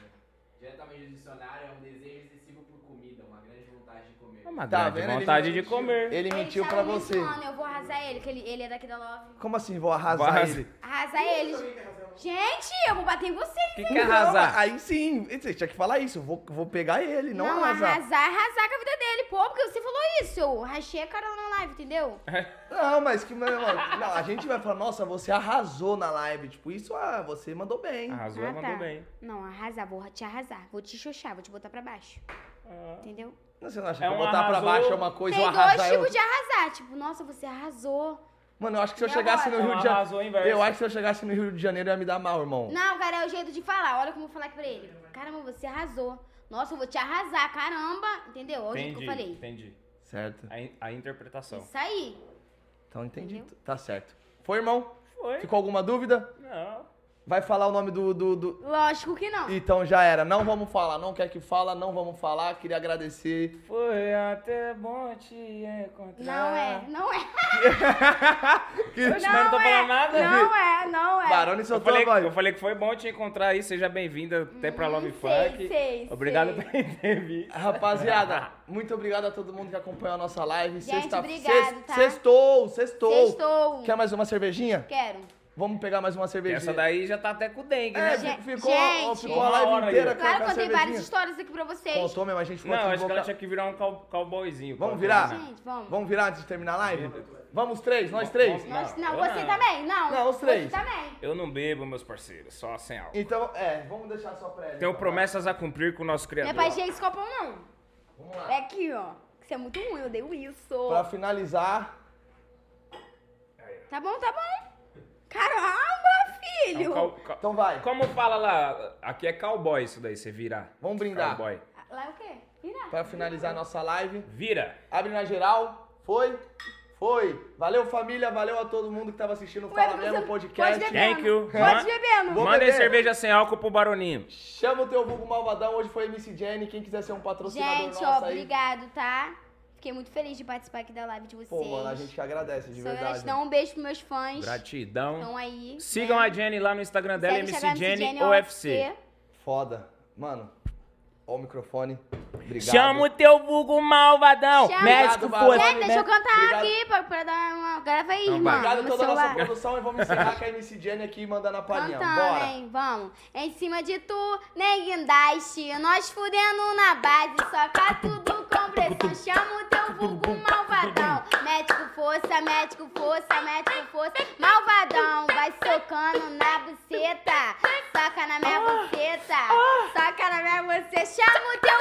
diretamente do dicionário, é um desejo excessivo por comida, uma grande vontade de comer.
Uma
Tá
Ah, grande
vendo? Ele
vontade de
mentiu.
comer.
Ele
tá
mentiu pra você.
eu vou arrasar ele, que ele, ele é daqui da Love.
Como assim? Vou arrasar
Vai-
ele?
Arrasar ele. Gente, eu vou bater em você.
Que que é
Não,
arrasar?
Aí sim, você tinha que falar isso. Vou, vou pegar ele, não, arrasar.
arrasar, é arrasar com a vida dele. Pô, porque você falou isso. Eu rachei a cara lá na live, entendeu?
Não, mas que. Mano, não, a gente vai falar, nossa, você arrasou na live. Tipo, isso, ah, você mandou bem.
Arrasou,
Ah,
mandou
tá.
bem.
Não, arrasar, vou te arrasar. Vou te xoxar, vou te botar pra baixo. Entendeu?
Não, Você não acha
É
que
um
botar pra
arrasou.
baixo é uma coisa,
Tem
ou
dois
arrasar é
tipos
outra?
de arrasar. Tipo, nossa, você arrasou.
Mano, eu acho que se eu
E
chegasse
agora?
no Rio
Não,
de Janeiro.
É um arrasou o inverso.
Eu acho que se eu chegasse no Rio de Janeiro ia me dar mal, irmão.
Não, cara, é o jeito de falar. Olha como eu vou falar aqui pra ele. Caramba, você arrasou. Nossa, eu vou te arrasar, caramba. Entendeu? Olha o jeito
Entendi,
que eu falei.
entendi.
Certo.
A, in- a interpretação.
Isso aí.
Então entendi.
Entendeu?
Tá certo. Foi, irmão?
Foi.
Ficou alguma dúvida?
Não.
Vai falar o nome do- do- do,
Lógico que não.
Então já era, não vamos falar, não quer que fala, não vamos falar, queria agradecer.
Foi até bom te encontrar.
Não
ah.
é, não é.
Oxe, mas não tô falando nada.
Não é, não é.
Barone
Eu
soltou a
falei,
voz.
eu falei que foi bom te encontrar aí, seja bem-vinda até pra Love
Hum, sei,
Funk.
sei,
Obrigado
sei.
por intervir.
Rapaziada, muito obrigado a todo mundo que acompanhou a nossa live.
Gente,
Sexta-feira.
obrigado, tá?
Sextou, sextou.
Sextou. um.
Quer mais uma cervejinha?
Quero.
Vamos pegar mais uma cervejinha.
Essa daí já tá até com dengue,
É,
né?
Gente,
ficou, ficou a
uma
live
hora
inteira
aí.
com
Claro que
a
eu tenho várias
cervejinha.
histórias aqui pra vocês.
Contou mesmo, a gente ficou
Não,
aqui
acho que ela
boca-
tinha que virar um cow- cowboyzinho. né?
Vamos
pra
virar?
terminar.
Gente, vamos.
Vamos virar antes de terminar a live? Vamos três, nós três?
Vamos-
Nós- não,
eu
você
não.
também, não.
Não, os três.
Você também.
Eu não bebo, meus parceiros, só sem álcool.
Então, é, vamos deixar só pra ela.
Tenho
então,
promessas a cumprir com o nosso
Não é
criador.
pra encher esse copão, não.
vai. Vamos lá.
É aqui, ó. Isso é muito ruim, eu odeio isso.
Pra finalizar,
Tá bom, tá bom. Caramba,
É um
filho.
cow- cow-
então vai.
Como fala lá, aqui é cowboy isso daí, você virar.
Vamos brindar.
Cowboy.
Lá é o quê? Vira.
Pra finalizar a nossa live.
Vira.
Abre na geral. Foi? Foi. Valeu, família. Valeu a todo mundo que tava assistindo o Fala
Everton,
Mesmo
você
podcast.
pode beber.
Thank you.
Pode
Ma-
bebendo.
Vou
Mandem
beber.
cerveja sem álcool pro Baroninho.
Chama o teu vulgo malvadão. Hoje foi MC Jenny. Quem quiser ser um patrocinador
Gente, ó,
nosso aí.
obrigado, tá? Fiquei muito feliz de participar aqui da live de vocês.
Pô, mano, a gente que agradece, de
Sou
verdade.
gratidão, um beijo pros meus fãs.
Gratidão.
Estão aí. né?
Sigam a Jenny lá no Instagram dela,
Então, Segue o
MC
Instagram,
Jenny OFC.
Foda. Mano, ó o microfone. Obrigado.
Chama o teu vulgo malvadão.
Chama.
Médico
Obrigado,
foda.
Barone.
Gente, deixa eu cantar
Obrigado.
aqui pra, pra dar uma. Grava aí,
Então
irmão.
vai.
Obrigado a
no
toda a nossa
celular. Então,
produção. E vamos encerrar com a MC Jenny aqui mandando a palhinha.
Cantando,
Bora.
hein? Vamos. Em cima de tu, nem guindaste. Nós fudendo na base, soca tudo com pressão. Chama o teu vulgo malvadão. Médico força, médico força, médico força. Malvadão, vai socando na buceta. Soca na minha buceta. Soca na minha buceta. Chama o teu